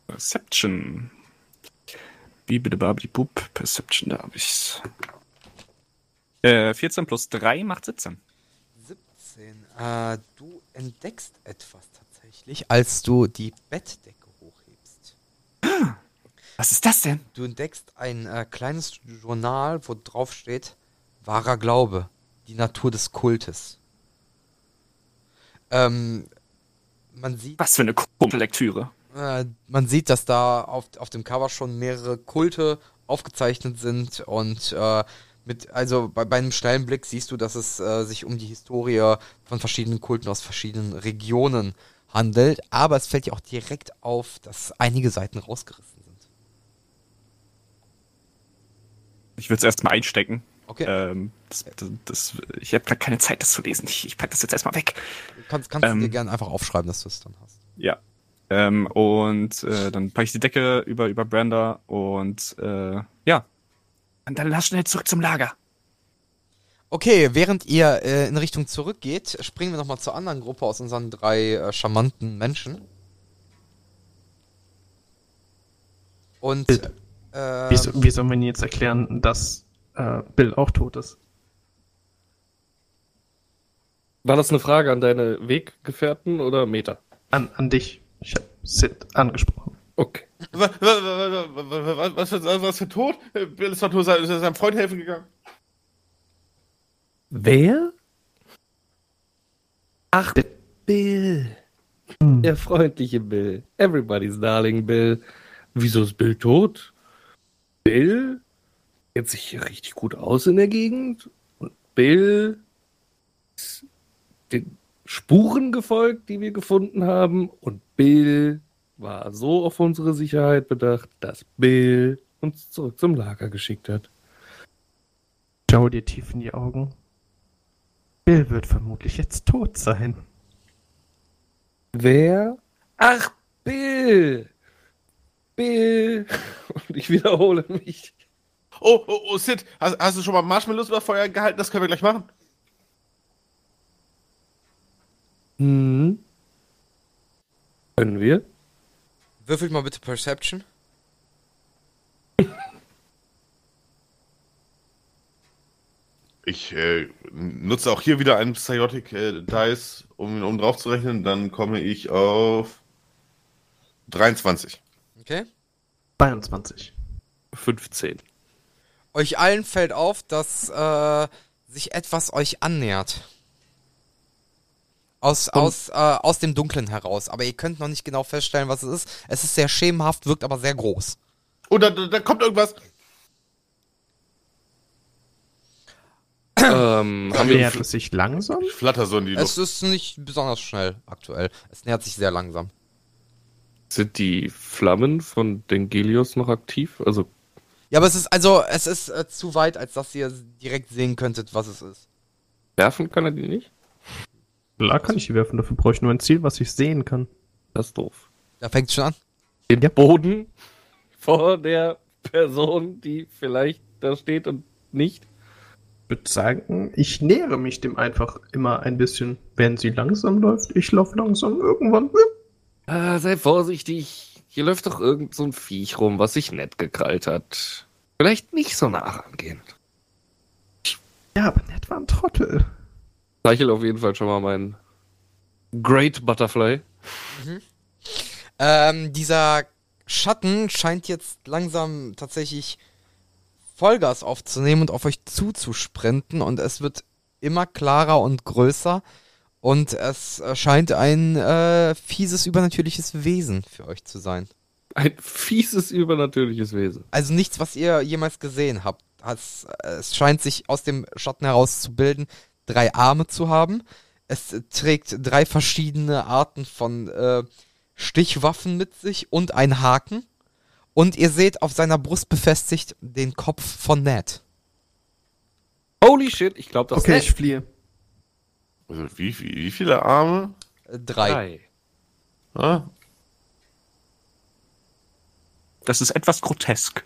Perception. Bibidibabibub, Perception, da hab ich's. Äh, 14 plus 3 macht 17. 17. Äh, du entdeckst etwas tatsächlich, als du die Bettdecke hochhebst. Was ist das denn? Du entdeckst ein äh, kleines Journal, wo drauf steht: wahrer Glaube, die Natur des Kultes. Ähm, man sieht. Was für eine komische Lektüre. Äh, man sieht, dass da auf, auf dem Cover schon mehrere Kulte aufgezeichnet sind und äh, mit, also bei, bei einem schnellen Blick siehst du, dass es äh, sich um die Historie von verschiedenen Kulten aus verschiedenen Regionen handelt, aber es fällt dir auch direkt auf, dass einige Seiten rausgerissen sind. Ich würde es erstmal einstecken. Okay. Ähm, das, das, das, ich habe gerade keine Zeit, das zu lesen. Ich, ich packe das jetzt erstmal weg. Kannst, kannst Ähm. du dir gerne einfach aufschreiben, dass du es dann hast. Ja. Ähm, und äh, dann packe ich die Decke über, über Brenda und äh, ja. Und dann lass schnell zurück zum Lager. Okay, während ihr äh, in Richtung zurückgeht, springen wir nochmal zur anderen Gruppe aus unseren drei äh, charmanten Menschen. Und äh, Wie, so- wie sollen wir ihnen jetzt erklären, dass äh, Bill auch tot ist? War das eine Frage an deine Weggefährten oder Meta? An, an dich. Ich habe Sid angesprochen. Okay. Was, was, was, für- was für Tod? Bill ist doch nur sein- seinem Freund helfen gegangen. Wer? Ach, Bill. Der freundliche Bill. Everybody's darling Bill. Wieso ist Bill tot? Bill kennt sich hier richtig gut aus in der Gegend. Und Bill ist den Spuren gefolgt, die wir gefunden haben. Und Bill war so auf unsere Sicherheit bedacht, dass Bill uns zurück zum Lager geschickt hat. Schau dir tief in die Augen. Bill wird vermutlich jetzt tot sein. Wer? Ach, Bill! Bill! Und ich wiederhole mich. Oh, oh, oh, Sid, hast, hast du schon mal Marshmallows über Feuer gehalten? Das können wir gleich machen. Hm. Können wir? würfelt mal bitte Perception. Ich äh, nutze auch hier wieder einen Psyotic äh, Dice, um, um drauf zu rechnen. Dann komme ich auf 23. Okay. 22. 15. Euch allen fällt auf, dass äh, sich etwas euch annähert. Aus, aus, äh, aus dem Dunklen heraus. Aber ihr könnt noch nicht genau feststellen, was es ist. Es ist sehr schemenhaft, wirkt aber sehr groß. Oh, da, da, da kommt irgendwas. ähm, haben wir- Nähert es sich langsam? Ich flatter so in die Es Luft. ist nicht besonders schnell aktuell. Es nähert sich sehr langsam. Sind die Flammen von Dengelios noch aktiv? Also, Ja, aber es ist also, es ist äh, zu weit, als dass ihr direkt sehen könntet, was es ist. werfen kann er die nicht? Klar Ah, kann ich die werfen, dafür brauche ich nur ein Ziel, was ich sehen kann. Das ist doof. Da fängt schon an. Den Boden vor der Person, die vielleicht da steht und nicht. würde sagen, ich nähere mich dem einfach immer ein bisschen. Wenn sie langsam läuft, ich laufe langsam irgendwann. Ah, sei vorsichtig. Hier läuft doch irgend so ein Viech rum, was sich nett gekrallt hat. Vielleicht nicht so nah rangehen. Ja, aber nett war ein Trottel. Zeichel auf jeden Fall schon mal meinen Great Butterfly. Mhm. Ähm, dieser Schatten scheint jetzt langsam tatsächlich Vollgas aufzunehmen und auf euch zuzusprinten und es wird immer klarer und größer und es scheint ein äh, fieses übernatürliches Wesen für euch zu sein. Ein fieses übernatürliches Wesen. Also nichts, was ihr jemals gesehen habt. Es, es scheint sich aus dem Schatten heraus zu bilden, drei Arme zu haben. Es trägt drei verschiedene Arten von äh, Stichwaffen mit sich und einen Haken. Und ihr seht auf seiner Brust befestigt den Kopf von Ned. Holy shit, ich glaube, das Okay, ist ich fliehe. Also wie, wie, wie viele Arme? Äh, Drei. Ah, Das ist etwas grotesk.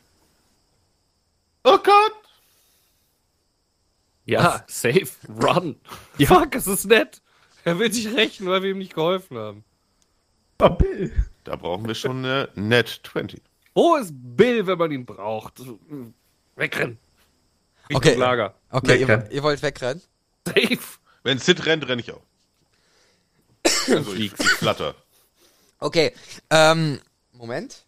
Oh Gott! Ja, safe, run. Fuck, es ist nett. Er will sich rächen, weil wir ihm nicht geholfen haben. Bill. Da brauchen wir schon eine Net 20. Wo ist Bill, wenn man ihn braucht? Wegrennen. Richtung Okay. Lager. Okay, ihr, Wegrennen. ihr wollt wegrennen? Safe. Wenn Sid rennt, renne ich auch. Also ich, ich flatter. Okay, ähm, Moment.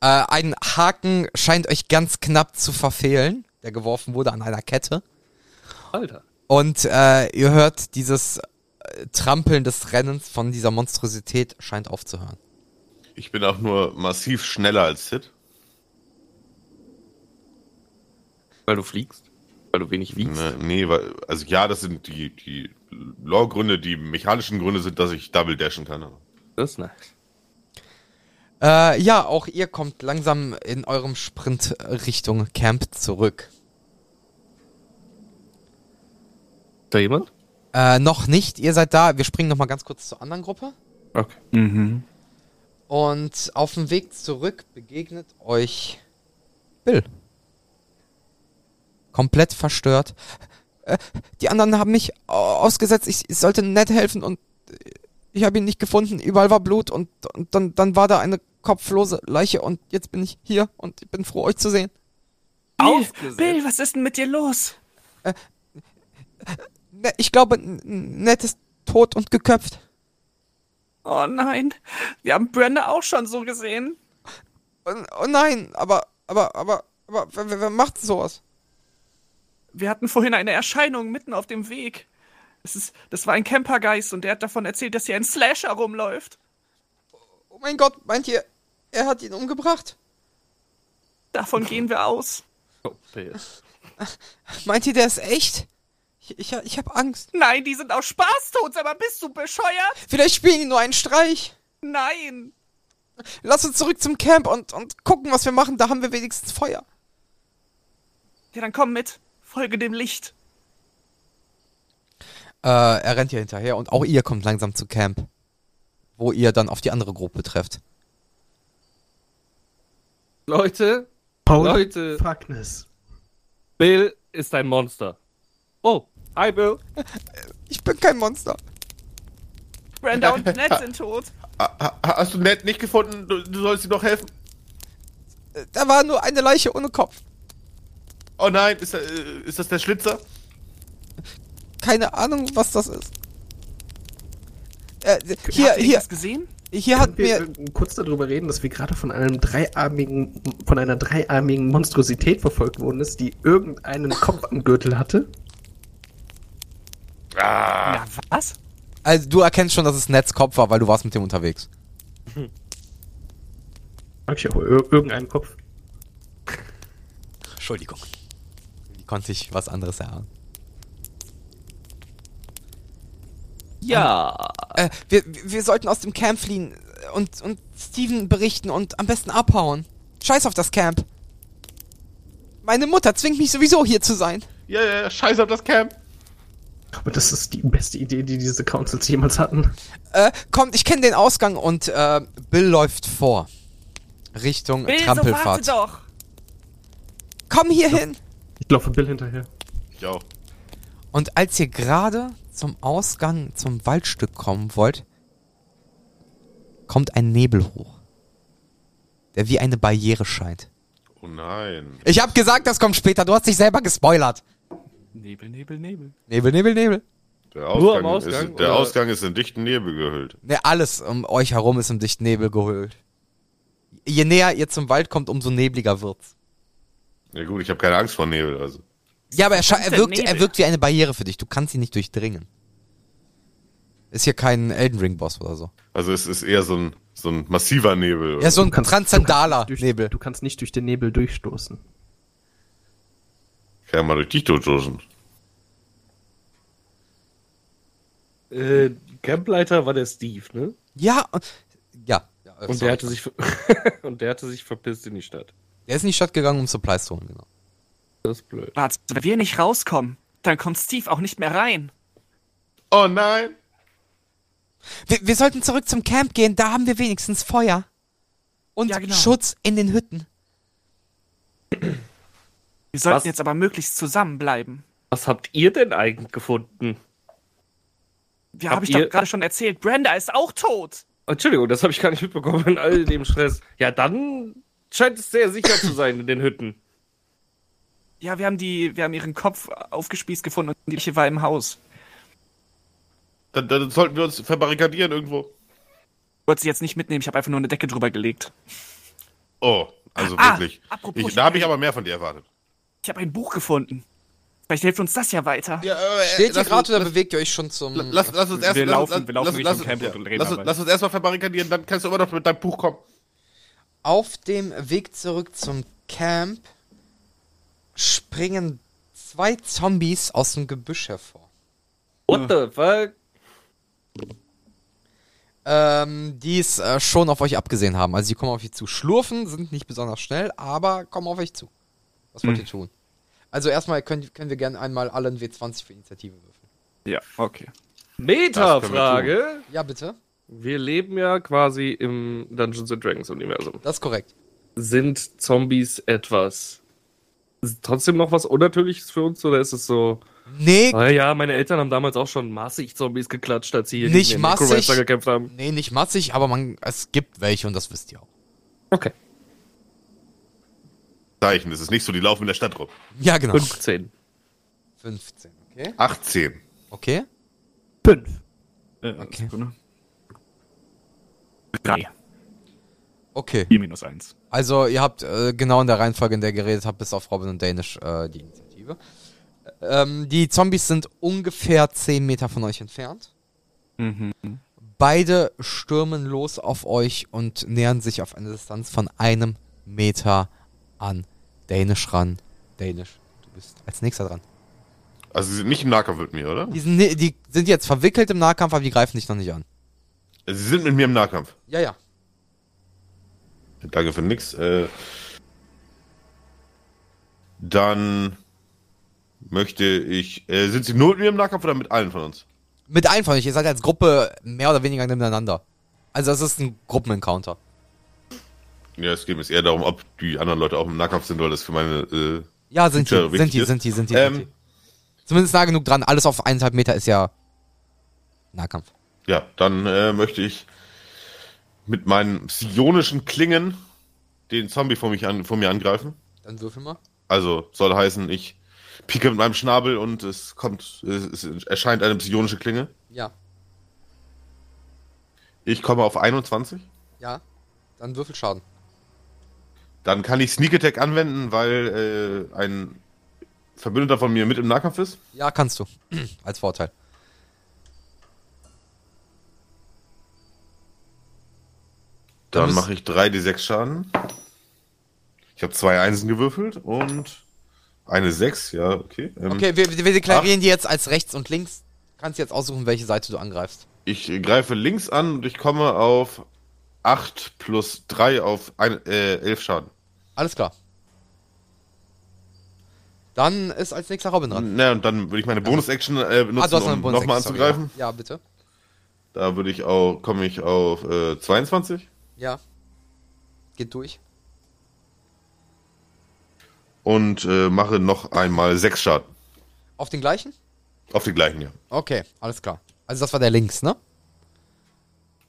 Äh, ein Haken scheint euch ganz knapp zu verfehlen, der geworfen wurde an einer Kette. Alter. Und äh, ihr hört dieses äh, Trampeln des Rennens von dieser Monstrosität scheint aufzuhören. Ich bin auch nur massiv schneller als Sid. Weil du fliegst? Weil du wenig wiegst? Ne, nee, weil, also ja, das sind die, die Lore-Gründe, die mechanischen Gründe sind, dass ich Double Dashen kann. Das ist nice. Äh, ja, auch ihr kommt langsam in eurem Sprint äh, Richtung Camp zurück. Da jemand? Äh, noch nicht, ihr seid da. Wir springen nochmal ganz kurz zur anderen Gruppe. Okay. Mhm. Und auf dem Weg zurück begegnet euch Bill. Komplett verstört. Äh, Die anderen haben mich au- ausgesetzt. Ich, ich sollte Ned helfen und äh, ich habe ihn nicht gefunden. Überall war Blut und, und dann, dann war da eine kopflose Leiche und jetzt bin ich hier und ich bin froh, euch zu sehen. Bill, Bill, was ist denn mit dir los? Ne- Ich glaube, N- N- Ned ist tot und geköpft. Oh nein, wir haben Brenda auch schon so gesehen. Oh, oh nein, aber, aber, aber, aber, wer, wer- wer macht sowas? Wir hatten vorhin eine Erscheinung mitten auf dem Weg. Das, ist, das war ein Campergeist und der hat davon erzählt, dass hier ein Slasher rumläuft. Oh mein Gott, meint ihr, er hat ihn umgebracht? Davon gehen wir aus. Oh, Bill. Meint ihr, der ist echt? Ich, ich, ich habe Angst. Nein, die sind aus Spaß tot, aber bist du bescheuert? Vielleicht spielen die nur einen Streich. Nein. Lass uns zurück zum Camp und, und gucken, was wir machen. Da haben wir wenigstens Feuer. Ja, dann komm mit. Folge dem Licht. Äh, er rennt hier hinterher und Mhm. auch ihr kommt langsam zu Camp. Wo ihr dann auf die andere Gruppe trefft. Leute, Paul Leute, Fuckness. Bill ist ein Monster. Oh, hi Bill. Ich bin kein Monster. Brenda und Ned sind tot. Ha- ha- Hast du Ned nicht gefunden? Du, du sollst ihm doch helfen. Äh, Da war nur eine Leiche ohne Kopf. Oh nein, ist, er, äh, ist das der Schlitzer? Keine Ahnung, was das ist. Äh, hier, Habt ihr hier, das gesehen? hier hat wir mir... äh, kurz darüber reden, dass wir gerade von einem dreiarmigen, von einer dreiarmigen Monstrosität verfolgt worden ist, die irgendeinen Kopf am Gürtel hatte? Na was? Also du erkennst schon, dass es Neds Kopf war, weil du warst mit dem unterwegs. Hab ich auch ir irgendeinen Kopf. Entschuldigung. Konnte ich was anderes erahnen. Ja. Äh, wir, wir sollten aus dem Camp fliehen und, und Steven berichten und am besten abhauen. Scheiß auf das Camp. Meine Mutter zwingt mich sowieso hier zu sein. Ja, ja, ja, scheiße auf das Camp. Aber das ist die beste Idee, die diese Councils jemals hatten. Äh, kommt, ich kenne den Ausgang und äh, Bill läuft vor. Richtung Bill, so warte Trampelfahrt. doch. Komm hier hin! Ich laufe Bill hinterher. Ich auch. Und als ihr gerade zum Ausgang zum Waldstück kommen wollt, kommt ein Nebel hoch, der wie eine Barriere scheint. Oh nein. Ich hab gesagt, das kommt später. Du hast dich selber gespoilert. Nebel, Nebel, Nebel. Nebel, Nebel, Nebel. Der Ausgang, Nur am ist, Ausgang, der oder? Ausgang ist in dichten Nebel gehüllt. Ne, alles um euch herum ist im dichten Nebel gehüllt. Je näher ihr zum Wald kommt, umso nebliger wird's. Ja gut, ich habe keine Angst vor Nebel. Also. Ja, aber er, scha- er, Verdammter wirkt, er Nebel. wirkt wie eine Barriere für dich. Du kannst ihn nicht durchdringen. Ist hier kein Elden Ring Boss oder so. also es ist eher so ein, so ein massiver Nebel. Er ist so ein oder? transzendaler Nebel. Du kannst nicht durch den Nebel durchstoßen. Kann ja mal durch dich durchduschen. Äh, Campleiter war der Steve, ne? Ja, ja. äh, und, sorry. der hatte sich, ver- und der hatte sich verpisst in die Stadt. Er ist in die Stadt gegangen, um Supplies zu holen, genau. Das ist blöd. Warte, also wenn wir nicht rauskommen, dann kommt Steve auch nicht mehr rein. Oh nein. Wir, wir sollten zurück zum Camp gehen, da haben wir wenigstens Feuer. Und Schutz in den Hütten. Wir sollten jetzt aber möglichst zusammenbleiben. Was habt ihr denn eigentlich gefunden? Ja, Habt habe ich ihr- doch gerade schon erzählt. Brenda ist auch tot. Entschuldigung, das habe ich gar nicht mitbekommen in all dem Stress. Ja, dann scheint es sehr sicher zu sein in den Hütten. Ja, wir haben die, wir haben ihren Kopf aufgespießt gefunden und die Leiche war im Haus. Dann, dann sollten wir uns verbarrikadieren irgendwo. Ich wollte sie jetzt nicht mitnehmen, ich habe einfach nur eine Decke drüber gelegt. Oh, also Ah, wirklich. apropos, Ich, da habe ich aber mehr von dir erwartet. Ich habe ein Buch gefunden. Vielleicht hilft uns das ja weiter. Äh, Steht ihr gerade oder bewegt ihr euch schon zum. Lass, lass uns erst Wir lass, laufen- lass, wir laufen lass, Richtung lass, Camp und reden lass, dabei. lass, lass uns erstmal verbarrikadieren, dann kannst du immer noch mit deinem Buch kommen. Auf dem Weg zurück zum Camp springen zwei Zombies aus dem Gebüsch hervor. What the fuck? Ähm, die es äh, schon auf euch abgesehen haben. Also die kommen auf euch zu. Schlurfen sind nicht besonders schnell, aber kommen auf euch zu. Was wollt Hm. ihr tun? Also erstmal können, können wir gerne einmal alle einen W20 für Initiative würfeln. Ja, okay. Meta-Frage. Ja, bitte. Wir leben ja quasi im Dungeons and Dragons Universum. Das ist korrekt. Sind Zombies etwas? Ist trotzdem noch was Unnatürliches für uns oder ist es so? Nee. Ah ja, meine Eltern haben damals auch schon massig Zombies geklatscht, als sie hier Nicht gegen den massig. Necromancer gekämpft haben. Nee, nicht massig, aber man, es gibt welche und das wisst ihr auch. Okay. Zeichen, das ist nicht so, die laufen in der Stadt rum. Ja, genau. 15. 15, okay. 18. Okay. okay. Drei. Okay. Vier minus eins. Also ihr habt äh, genau in der Reihenfolge, in der ihr geredet habt, bis auf Robin und Danish äh, die Initiative. Ähm, die Zombies sind ungefähr 10 Meter von euch entfernt. Mhm. Beide stürmen los auf euch und nähern sich auf eine Distanz von einem Meter an Danish ran. Danish, du bist als nächster dran. Also sie sind nicht im Nahkampf mit mir, oder? Die sind, ni- die sind jetzt verwickelt im Nahkampf, aber die greifen dich noch nicht an. Sie sind mit mir im Nahkampf. Ja, ja. Danke für nix. Äh, dann möchte ich. Äh, sind sie nur mit mir im Nahkampf oder mit allen von uns? Mit allen von euch, ihr seid als Gruppe mehr oder weniger nebeneinander. Also das ist ein Gruppenencounter. Ja, es geht mir eher darum, ob die anderen Leute auch im Nahkampf sind, weil das für meine. Äh, Ja, sind die, Feature sind wichtig die, ist. sind die, sind die, Ähm, sind die. Zumindest nah genug dran. Alles auf eineinhalb Meter ist ja Nahkampf. Ja, dann äh, möchte ich mit meinen psionischen Klingen den Zombie vor, mich an, vor mir angreifen. Dann würfel mal. Also soll heißen, ich pieke mit meinem Schnabel und es kommt, es, es erscheint eine psionische Klinge. Ja, Ich komme auf 21. ja. Dann würfel Schaden. Dann kann ich Sneak Attack anwenden, weil äh, ein Verbündeter von mir mit im Nahkampf ist. Ja, kannst du. Als Vorteil. Dann mache ich 3d6 Schaden. Ich habe zwei Einsen gewürfelt und eine 6, ja, okay. Ähm, Okay, wir, wir deklarieren die jetzt als rechts und links. Kannst jetzt aussuchen, welche Seite du angreifst. Ich äh, greife links an und ich komme auf 8 plus 3 auf ein, äh, 11 Schaden. Alles klar. Dann ist als nächster Robin dran. Ah, Na, und dann würde ich meine Bonus-Action äh, benutzen, Hm, um nochmal sorry, anzugreifen. Ja. ja, bitte. Da würde ich auch, komme ich auf äh, 22. Ja. Geht durch. und äh, mache noch einmal sechs Schaden. Auf den gleichen? Auf den gleichen, ja. Okay, alles klar. Also das war der links, ne?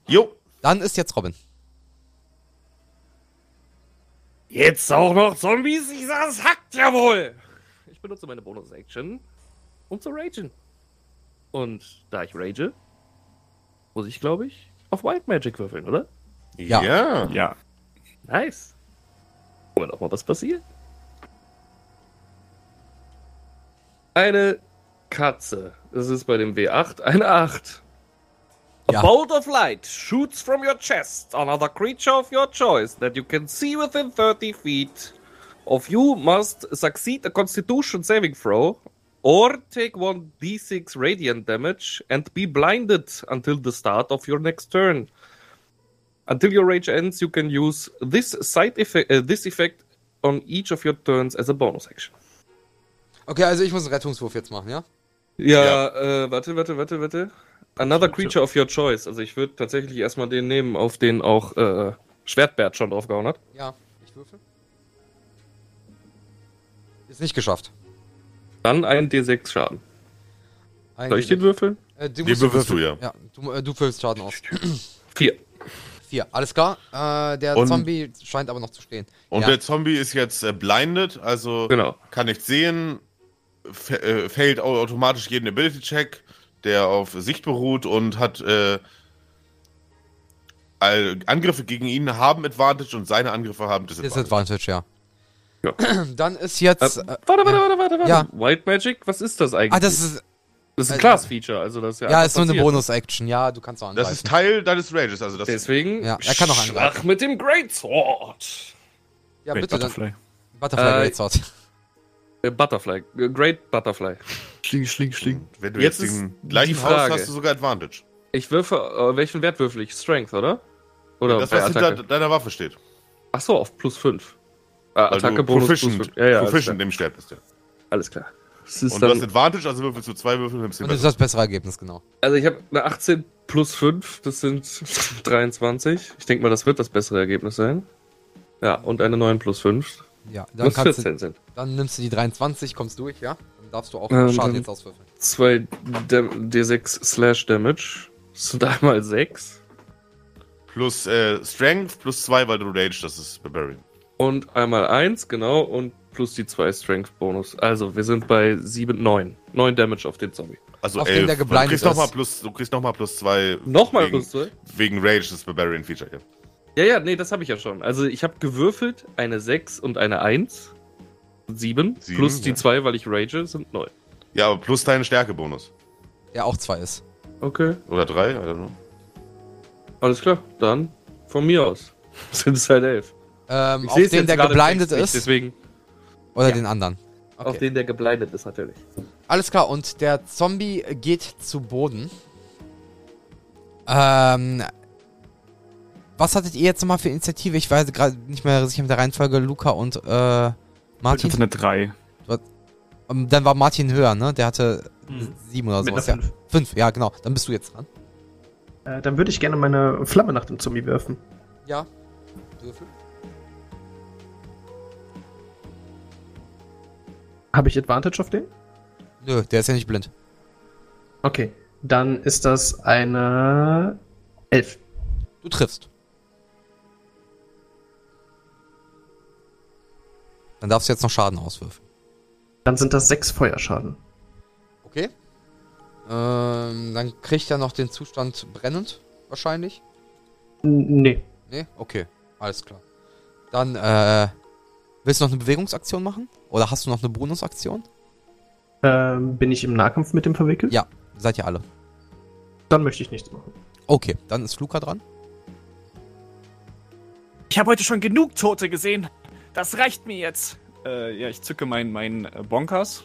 Jo. Dann ist jetzt Robin. Jetzt auch noch Zombies? Ich sag, es hackt ja wohl! Ich benutze meine Bonus-Action, um zu ragen. Und da ich rage, muss ich, glaube ich, auf Wild Magic würfeln, oder? Ja. Ja. Ja. Nice. Gucken wir doch mal, was passiert. Eine Katze. Das ist bei dem W8 eine 8. A bolt of light shoots from your chest. Another creature of your choice that you can see within 30 feet of you must succeed a constitution saving throw or take 1d6 radiant damage and be blinded until the start of your next turn. Until your rage ends, you can use this side effect, uh, this effect on each of your turns as a bonus action. Okay, also ich muss einen Rettungswurf jetzt machen, ja? Ja, Äh, warte, warte, warte, warte. Another creature of your choice. Also ich würde tatsächlich erstmal den nehmen, auf den auch äh, Schwertbert schon draufgehauen hat. Ja, ich würfel. Ist nicht geschafft. Dann ein D6 Schaden. Ein Soll ich den D6. würfeln? Äh, du Den musst würfelst du, würfeln. ja. ja du, äh, du füllst Schaden aus. Vier. Vier, alles klar. Äh, der Und- Zombie scheint aber noch zu stehen. Und ja. der Zombie ist jetzt äh, blinded, also Genau. kann nichts sehen, f- äh, fällt au- automatisch jeden Ability-Check, der auf Sicht beruht und hat äh, all, Angriffe gegen ihn haben Advantage und seine Angriffe haben Disadvantage. Disadvantage, ja. Ja. Dann ist jetzt. Äh, äh, warte, warte, warte, warte, warte. Ja. White Magic, was ist das eigentlich? Ah, das ist- Das ist ein äh, Class-Feature, also das ist ja. ja, einfach ist nur eine passiert. Bonus-Action. Ja, du kannst auch angreifen. Das ist Teil deines Rages, also das Deswegen. Ja, er kann auch angreifen. Schlag mit dem Great Sword. Ja, Great Ah, bitte. Butterfly. Dann, Butterfly Äh, Great Sword. Butterfly. Äh, Great Butterfly. Schling, schling, schling. Wenn du jetzt, Jetzt ist den gleichen die Haus Frage. hast du sogar Advantage. Ich würfe, äh, welchen Wert würfel ich? Strength, oder? Oder das, bei was hinter Attacke? deiner Waffe steht. Ach so, auf plus 5. Äh, Weil du Attacke Bonus plus Also proficient- fünf. Ja, ja, alles proficient klar. im Schwert bist du. Alles klar. Das ist Und du hast dann- Advantage, also würfelst du zwei Würfel und nimmst den Und das ist besten. das bessere Ergebnis, genau. Also ich habe eine 18 plus 5, das sind 23. Ich denke mal, das wird das bessere Ergebnis sein. Ja, und eine 9 plus 5. Ja, dann muss kannst 14 du, sind. Dann nimmst du die 23, kommst durch, ja? Dann darfst du auch Ähm, Schaden dann jetzt auswürfeln. Zwei Dam- D6 Slash Damage. Das sind einmal 6. Plus äh, Strength, plus zwei, weil du Rage, das ist Barbarian. Und einmal 1, genau. Und plus die 2 Strength Bonus. Also wir sind bei 7, 9. 9 Damage auf den Zombie. Also Auf elf. den, der Weil geblindet du kriegst noch ist. mal plus, Du kriegst nochmal plus zwei. Nochmal wegen- plus zwei? Wegen Rage, das ist Barbarian Feature, ja. Ja, ja, nee, das habe ich ja schon. Also ich habe gewürfelt eine 6 und eine 1. 7. Sieben, plus die ja. 2, weil ich rage, sind 9. Ja, aber plus deinen Stärkebonus. Ja, auch zwei ist. Okay. Oder drei, I don't know. Alles klar, dann von mir aus. Sind es halt elf. Ähm, Ich auf seh's den, jetzt der gerade geblindet nicht, ist. deswegen. Oder Ja. den anderen. Auf den, der geblindet ist, natürlich. Alles klar, und der Zombie geht zu Boden. Ähm. Was hattet ihr jetzt nochmal für Initiative? Ich weiß gerade nicht mehr sicher mit der Reihenfolge Luca und äh, Ich Martin. hatte eine 3. Du hat- ähm, Dann war Martin höher, ne? Der hatte Mhm. sieben oder Mit sowas. einer Ja. Fünf, ja, genau. Dann bist du jetzt dran. Äh, dann würde ich gerne meine Flamme nach dem Zombie werfen. Ja. Habe ich Advantage auf den? Nö, der ist ja nicht blind. Okay. Dann ist das eine 11. Du triffst. Dann darfst du jetzt noch Schaden auswürfen. Dann sind das 6 Feuerschaden. Okay. Ähm, dann kriegt er noch den Zustand brennend, wahrscheinlich. N nee. Nee? Okay, alles klar. Dann, äh, willst du noch eine Bewegungsaktion machen? Oder hast du noch eine Bonusaktion? Ähm, bin ich im Nahkampf mit dem verwickelt? Ja, seid ihr alle. Dann möchte ich nichts machen. Okay, dann ist Luca dran. Ich habe heute schon genug Tote gesehen. Das reicht mir jetzt. Äh, ja, ich zücke meinen mein äh, Bonkers.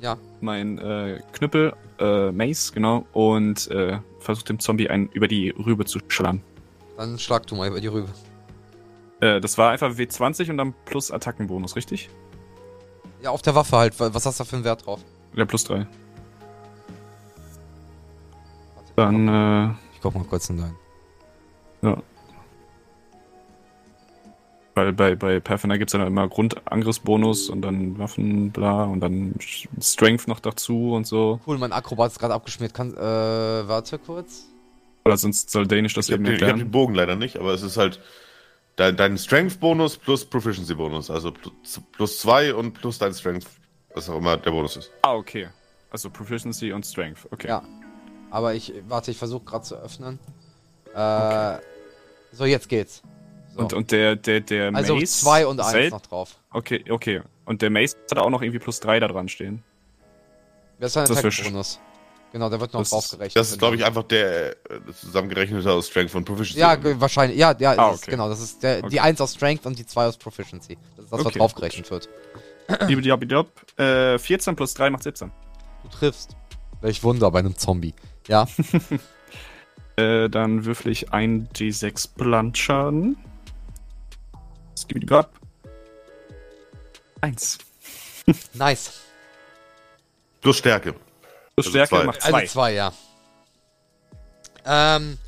Ja. Mein äh, Knüppel, äh, Mace, genau. Und äh, versuche dem Zombie einen über die Rübe zu schlagen. Dann schlag du mal über die Rübe. Äh, das war einfach W20 und dann plus Attackenbonus, richtig? Ja, auf der Waffe halt. Wa- Was hast du da für einen Wert drauf? Ja, plus 3. Dann, äh. Ich guck mal kurz in deinen. Ja. Weil bei, bei Pathfinder gibt's dann immer Grundangriffsbonus und dann Waffen, bla, und dann Strength noch dazu und so. Cool, mein Akrobat ist gerade abgeschmiert. Kann, äh, warte kurz. Oder sonst soll Danish das Ich habe eben den, ich hab erklären. den Bogen leider nicht, aber es ist halt dein, dein Strength-Bonus plus Proficiency-Bonus. Also plus- plus zwei und plus dein Strength, was auch immer der Bonus ist. Ah, okay. Also Proficiency und Strength, okay. Ja. Aber ich, warte, ich versuche gerade zu öffnen. Äh, So, jetzt geht's. So. Und, und der, der, der genau. Also Mace. zwei und eins selbst- noch drauf. Okay, okay. Und der Mace hat auch noch irgendwie plus drei da dran stehen. das ist ein das ist Attack-Bonus. Genau, der wird noch Das ist, draufgerechnet. genau. das ist glaube ich, einfach der äh, zusammengerechnete aus Strength und Proficiency. Ja, ge- wahrscheinlich. Ja, ja, Ah, ist es, okay. genau. Das ist der, Okay. die 1 aus Strength und die 2 aus Proficiency. Das ist das, was Okay, draufgerechnet wird. Dibidibidop. Äh, 14 plus 3 macht 17. Du triffst. Welch Wunder bei einem Zombie. Ja. Äh, dann würfel ich 1d6 Blantschaden. Skibidibab. Eins. nice. Plus Stärke. Plus Stärke macht zwei. Also 2, ja. Ähm,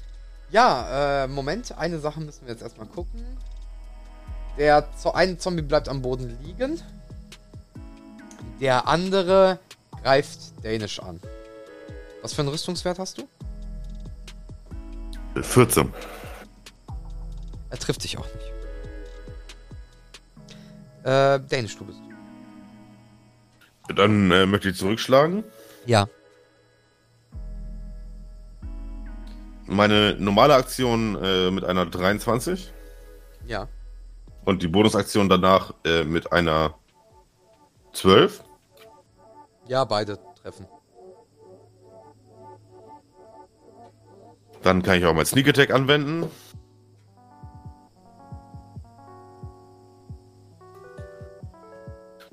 ja, äh, Moment. Eine Sache müssen wir jetzt erstmal gucken. Der Zo eine Zombie bleibt am Boden liegen. Der andere greift Danish an. Was für einen Rüstungswert hast du? 14. Er trifft dich auch nicht. Äh, Danish, du bist. Dann äh, möchte ich zurückschlagen. Ja. Meine normale Aktion äh, mit einer 23 Ja. und die Bonusaktion danach äh, mit einer 12. Ja, beide treffen. Dann kann ich auch mal Sneak Attack anwenden.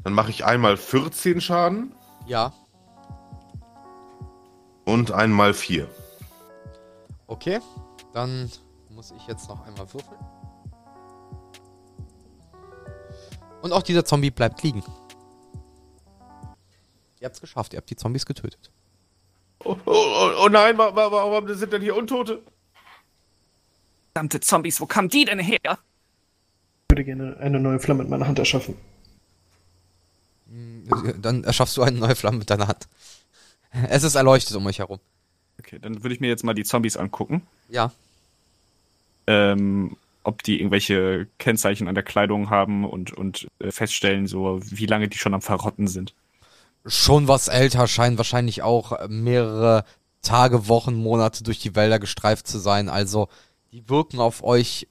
Dann mache ich einmal 14 Schaden Ja. und einmal 4. Okay. Dann muss ich jetzt noch einmal würfeln. Und auch dieser Zombie bleibt liegen. Ihr habt's geschafft, ihr habt die Zombies getötet. Oh, oh, oh, oh nein, wa- wa- warum sind denn hier Untote? Verdammte Zombies, wo kamen die denn her? Ich würde gerne eine neue Flamme mit meiner Hand erschaffen. Dann erschaffst du eine neue Flamme mit deiner Hand. Es ist erleuchtet um euch herum. Okay, dann würde ich mir jetzt mal die Zombies angucken. Ja. Ähm, ob die irgendwelche Kennzeichen an der Kleidung haben und, und äh, feststellen, so wie lange die schon am Verrotten sind. Schon was älter scheint wahrscheinlich auch äh, mehrere Tage, Wochen, Monate durch die Wälder gestreift zu sein. Also die wirken auf euch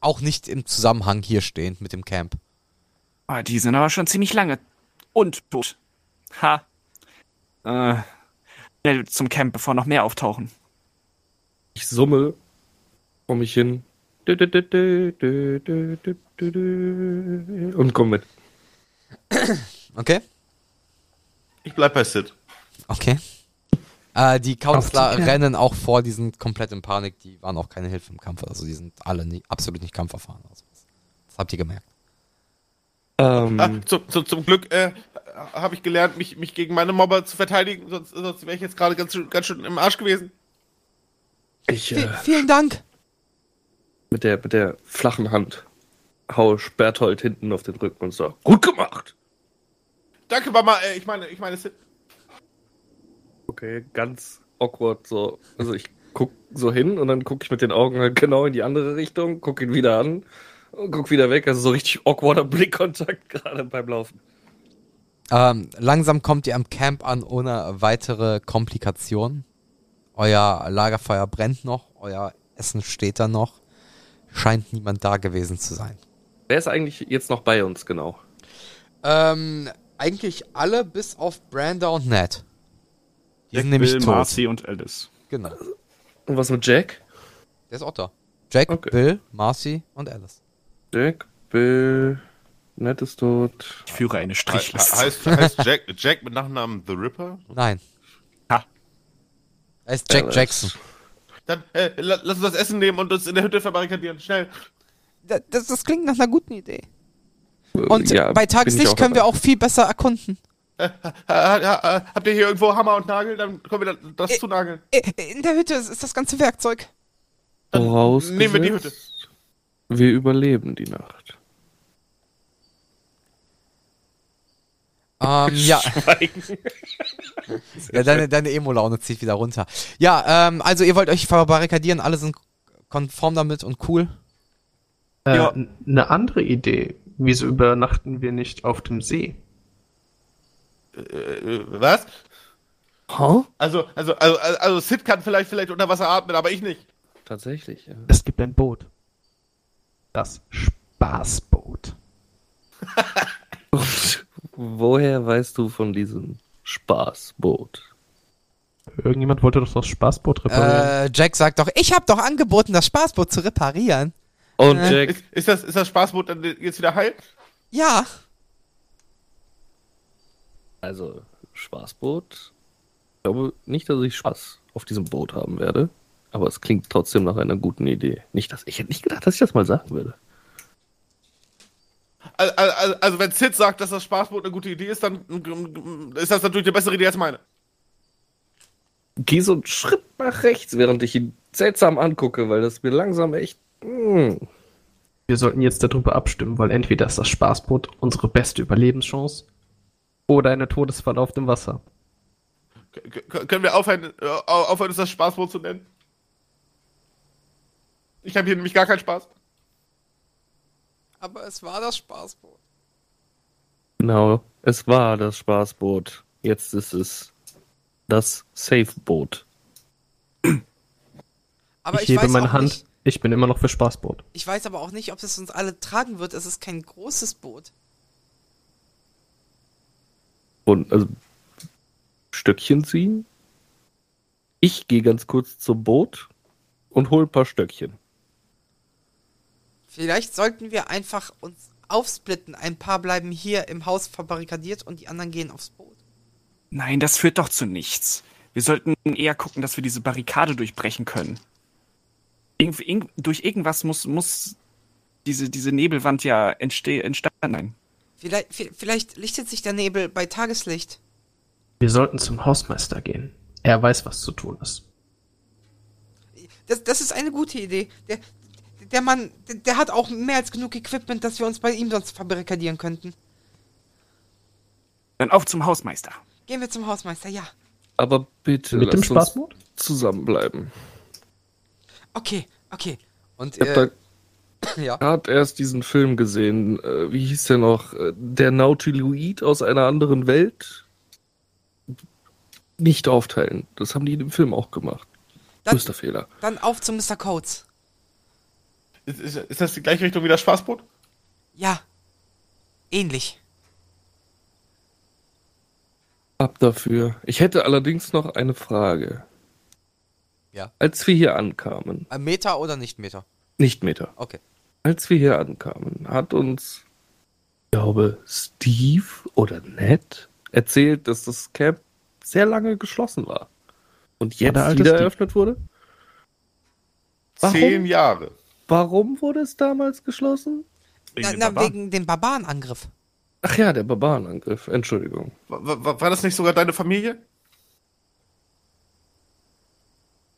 auch nicht im Zusammenhang hier stehend mit dem Camp. Ah, die sind aber schon ziemlich lange. Und tot. Ha. Äh, Schnell zum Camp, bevor noch mehr auftauchen. Ich summe vor mich hin. Dü, dü, dü, dü, dü, dü, dü, dü, dü, Und komm mit. Okay? Ich bleib bei Sid. Okay. Äh, die Auf Counselor die Kerl. rennen auch vor, die sind komplett in Panik, die waren auch keine Hilfe im Kampf, also die sind alle nie, absolut nicht kampferfahren. Also, das- das habt ihr gemerkt. Ah, Ähm, zum, zum, zum Glück äh, habe ich gelernt, mich, mich gegen meine Mobber zu verteidigen, sonst, sonst wäre ich jetzt gerade ganz, schön- ganz schön im Arsch gewesen. Ich äh, Vielen Dank. mit, der, mit der flachen Hand hau Berthold hinten auf den Rücken und so. Gut gemacht! Danke, Mama. Äh, ich meine, ich meine Sid. Okay, ganz awkward so. Also ich guck so hin und dann guck ich mit den Augen halt genau in die andere Richtung, guck ihn wieder an und guck wieder weg. Also so richtig awkwarder Blickkontakt gerade beim Laufen. Ähm, langsam kommt ihr am Camp an ohne weitere Komplikationen. Euer Lagerfeuer brennt noch, euer Essen steht da noch. Scheint niemand da gewesen zu sein. Wer ist eigentlich jetzt noch bei uns genau? Ähm, eigentlich alle bis auf Branda und Ned. Die sind Jack, nämlich Bill, tot. Marcy und Alice. Genau. Und was mit Jack? Der ist auch da. Jack, Bill, Marcy und Alice. Jack, Bill, Ned ist tot. Ich führe eine He heißt heißt Jack, Jack mit Nachnamen The Ripper? Nein. Ha. Er ist Jack Ja, das- Jackson. Dann äh, la lass uns das Essen nehmen und uns in der Hütte verbarrikadieren. Schnell. Das, klingt nach einer guten Idee. Und bei Ja, bin ich auch Tageslicht können wir auch viel besser erkunden. Äh, ha- ha- ha- habt ihr hier irgendwo Hammer und Nagel? Dann können wir da- das zu nageln. Äh, In der Hütte ist das ganze Werkzeug. Vorausgesetzt, Nehmen wir die Hütte. wir überleben die Nacht. Ähm, ja. ja deine deine Emo-Laune zieht wieder runter. Ja, ähm, also ihr wollt euch verbarrikadieren, alle sind konform damit und cool. Äh, Eine andere Idee. Wieso übernachten wir nicht auf dem See? Äh, was? Also, also, also, also, also Sid kann vielleicht, vielleicht unter Wasser atmen, aber ich nicht. Tatsächlich, ja. Es gibt ein Boot. Das Spaßboot. Woher weißt du von diesem Spaßboot? Irgendjemand wollte doch das Spaßboot reparieren. Äh, Jack sagt doch, ich habe doch angeboten, das Spaßboot zu reparieren. Und Äh, Jack, Ist, ist, das, ist das Spaßboot dann jetzt wieder heil? Ja. also Spaßboot. Ich glaube nicht, dass ich Spaß auf diesem Boot haben werde. Aber es klingt trotzdem nach einer guten Idee. Nicht, dass ich hätte nicht gedacht, dass ich das mal sagen würde. Also, also, also wenn Sid sagt, dass das Spaßboot eine gute Idee ist, dann mm, mm, ist das natürlich eine bessere Idee als meine. Geh so einen Schritt nach rechts, während ich ihn seltsam angucke, weil das mir langsam echt. Mm. Wir sollten jetzt darüber abstimmen, weil entweder ist das Spaßboot unsere beste Überlebenschance oder eine Todesfall auf dem Wasser. K k- können wir aufhören, äh, au- aufhören, es das Spaßboot zu nennen? Ich habe hier nämlich gar keinen Spaß. Aber es war das Spaßboot. Genau, es war das Spaßboot. Jetzt ist es das Safeboot. Aber ich, ich hebe weiß meine auch Hand. Nicht, Ich bin immer noch für Spaßboot. ich weiß aber auch nicht, ob es uns alle tragen wird. Es ist kein großes Boot. Und also Stöckchen ziehen. Ich gehe ganz kurz zum Boot und hol ein paar Stöckchen. Vielleicht sollten wir einfach uns aufsplitten. Ein paar bleiben hier im Haus verbarrikadiert und die anderen gehen aufs Boot. Nein, das führt doch zu nichts. Wir sollten eher gucken, dass wir diese Barrikade durchbrechen können. Irgend, irgend, durch irgendwas muss, muss diese, diese Nebelwand ja entste entstanden sein. Vielleicht, vi- vielleicht lichtet sich der Nebel bei Tageslicht. Wir sollten zum Hausmeister gehen. Er weiß, was zu tun ist. Das, das ist eine gute Idee. Der, der Mann, der, der hat auch mehr als genug Equipment, dass wir uns bei ihm sonst verbarrikadieren könnten. Dann auf zum Hausmeister. Gehen wir zum Hausmeister, ja. Aber bitte Mit dem lasst uns Spaßboot? zusammenbleiben. Okay, okay. Und Ich hab da Äh, ja. gerade erst diesen Film gesehen. Äh, wie hieß der noch? Äh, Der Nautiloid aus einer anderen Welt. Nicht aufteilen. Das haben die in dem Film auch gemacht. Das- Größter Fehler. dann auf zu Mr. Coates. Ist, ist, ist das die gleiche Richtung wie das Spaßboot? Ja. Ähnlich. Ab dafür. Ich hätte allerdings noch eine Frage. Ja. Als wir hier ankamen, Ein Meter oder nicht Meter? nicht Meter. Okay. Als wir hier ankamen, hat uns, ich glaube, Steve oder Ned erzählt, dass das Camp sehr lange geschlossen war. Und jetzt der alte wieder Steve. eröffnet wurde? Warum? Zehn Jahre. Warum wurde es damals geschlossen? Na, na, wegen dem Barbarenangriff. Ach ja, der Barbarenangriff. Entschuldigung. War, war, war das nicht sogar deine Familie?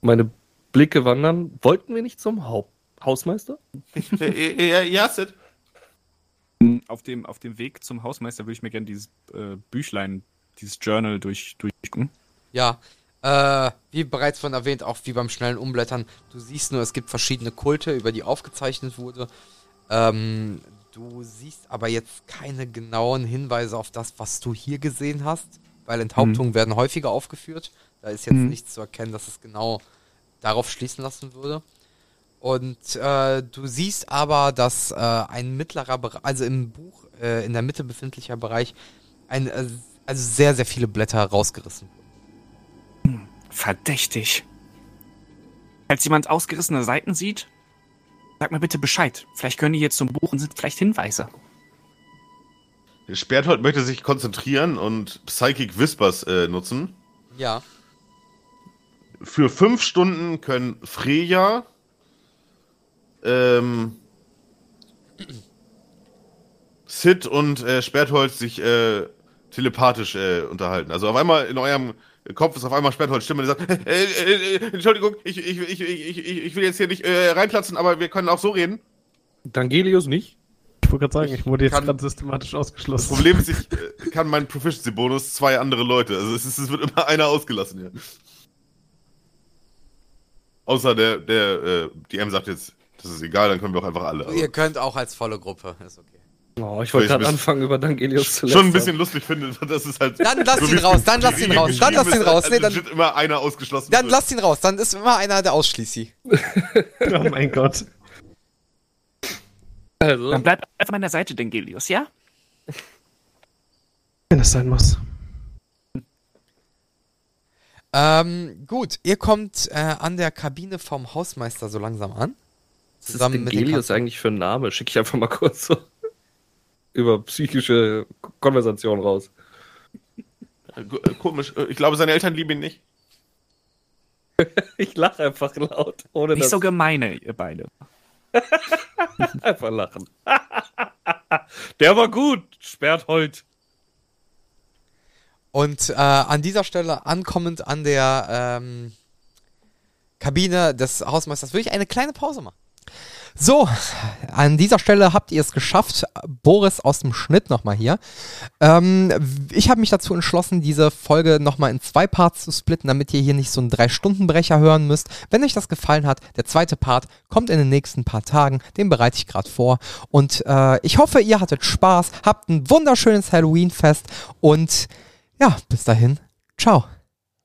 Meine Blicke wandern. Wollten wir nicht zum Haupt Hausmeister? Äh, äh, ja, Sid. Auf dem, auf dem Weg zum Hausmeister würde ich mir gerne dieses äh, Büchlein, dieses Journal durch, durchgucken. Ja, äh, wie bereits von erwähnt, auch wie beim schnellen Umblättern, du siehst nur, es gibt verschiedene Kulte, über die aufgezeichnet wurde. Ähm, du siehst aber jetzt keine genauen Hinweise auf das, was du hier gesehen hast, weil Enthauptungen werden häufiger aufgeführt. Da ist jetzt Mhm. nichts zu erkennen, dass es genau darauf schließen lassen würde. Und äh, du siehst aber, dass äh, ein mittlerer Bereich, also im Buch, äh, in der Mitte befindlicher Bereich, ein, äh, also sehr, sehr viele Blätter rausgerissen wurden. Verdächtig. Falls jemand ausgerissene Seiten sieht, sag mir bitte Bescheid. Vielleicht können die jetzt zum Buch und sind vielleicht Hinweise. Sperrthold möchte sich konzentrieren und Psychic Whispers äh, nutzen. Ja. Für fünf Stunden können Freya, ähm, Sid und äh, Sperrthold sich äh, telepathisch äh, unterhalten. Also auf einmal in eurem Kopf ist auf einmal Sperrtholz Stimme, die sagt, äh, äh, äh, Entschuldigung, ich, ich, ich, ich, ich, ich will jetzt hier nicht äh, reinplatzen, aber wir können auch so reden. Dangelius nicht? Ich wollte gerade sagen, ich wurde jetzt Kann- gerade systematisch Das ausgeschlossen. Problem ist, ich äh, kann meinen Proficiency-Bonus zwei andere Leute. Also es, ist, es wird immer einer ausgelassen hier. Außer der, der, äh, die M sagt jetzt, das ist egal, dann können wir auch einfach alle. Oh, Also Ihr könnt auch als volle Gruppe, ist okay. Oh, ich wollte Weil gerade ich anfangen, über Dangelius zu Schon ein lästern. bisschen lustig finde, das ist halt. Dann lass so ihn wie es raus, dann lass geschrieben ihn raus, dann lass ihn ist, raus. als Nee, dann- legit immer einer ausgeschlossen. Dann wird. lasst ihn raus, dann ist immer einer, der ausschließt. oh mein Gott. Also. Dann bleib auf meiner Seite, Dengelius, ja? Wenn es sein muss. Ähm, gut, ihr kommt äh, an der Kabine vom Hausmeister so langsam an. Was ist den Dengelius eigentlich für ein Name? Schicke ich einfach mal kurz so über psychische K- Konversation raus. Äh, gu- äh, Komisch, äh, ich glaube, seine Eltern lieben ihn nicht. Ich lache einfach laut, ohne Nicht dass... so gemeine, ihr beide. einfach lachen. Der war gut, sperrt heute. Und äh, an dieser Stelle ankommend an der ähm, Kabine des Hausmeisters würde ich eine kleine Pause machen. So, an dieser Stelle habt ihr es geschafft. Boris aus dem Schnitt nochmal hier. Ähm, ich habe mich dazu entschlossen, diese Folge nochmal in zwei Parts zu splitten, damit ihr hier nicht so einen Drei-Stunden-Brecher hören müsst. Wenn euch das gefallen hat, der zweite Part kommt in den nächsten paar Tagen. Den bereite ich gerade vor. Und äh, ich hoffe, ihr hattet Spaß, habt ein wunderschönes Halloween-Fest und ja, bis dahin. Ciao.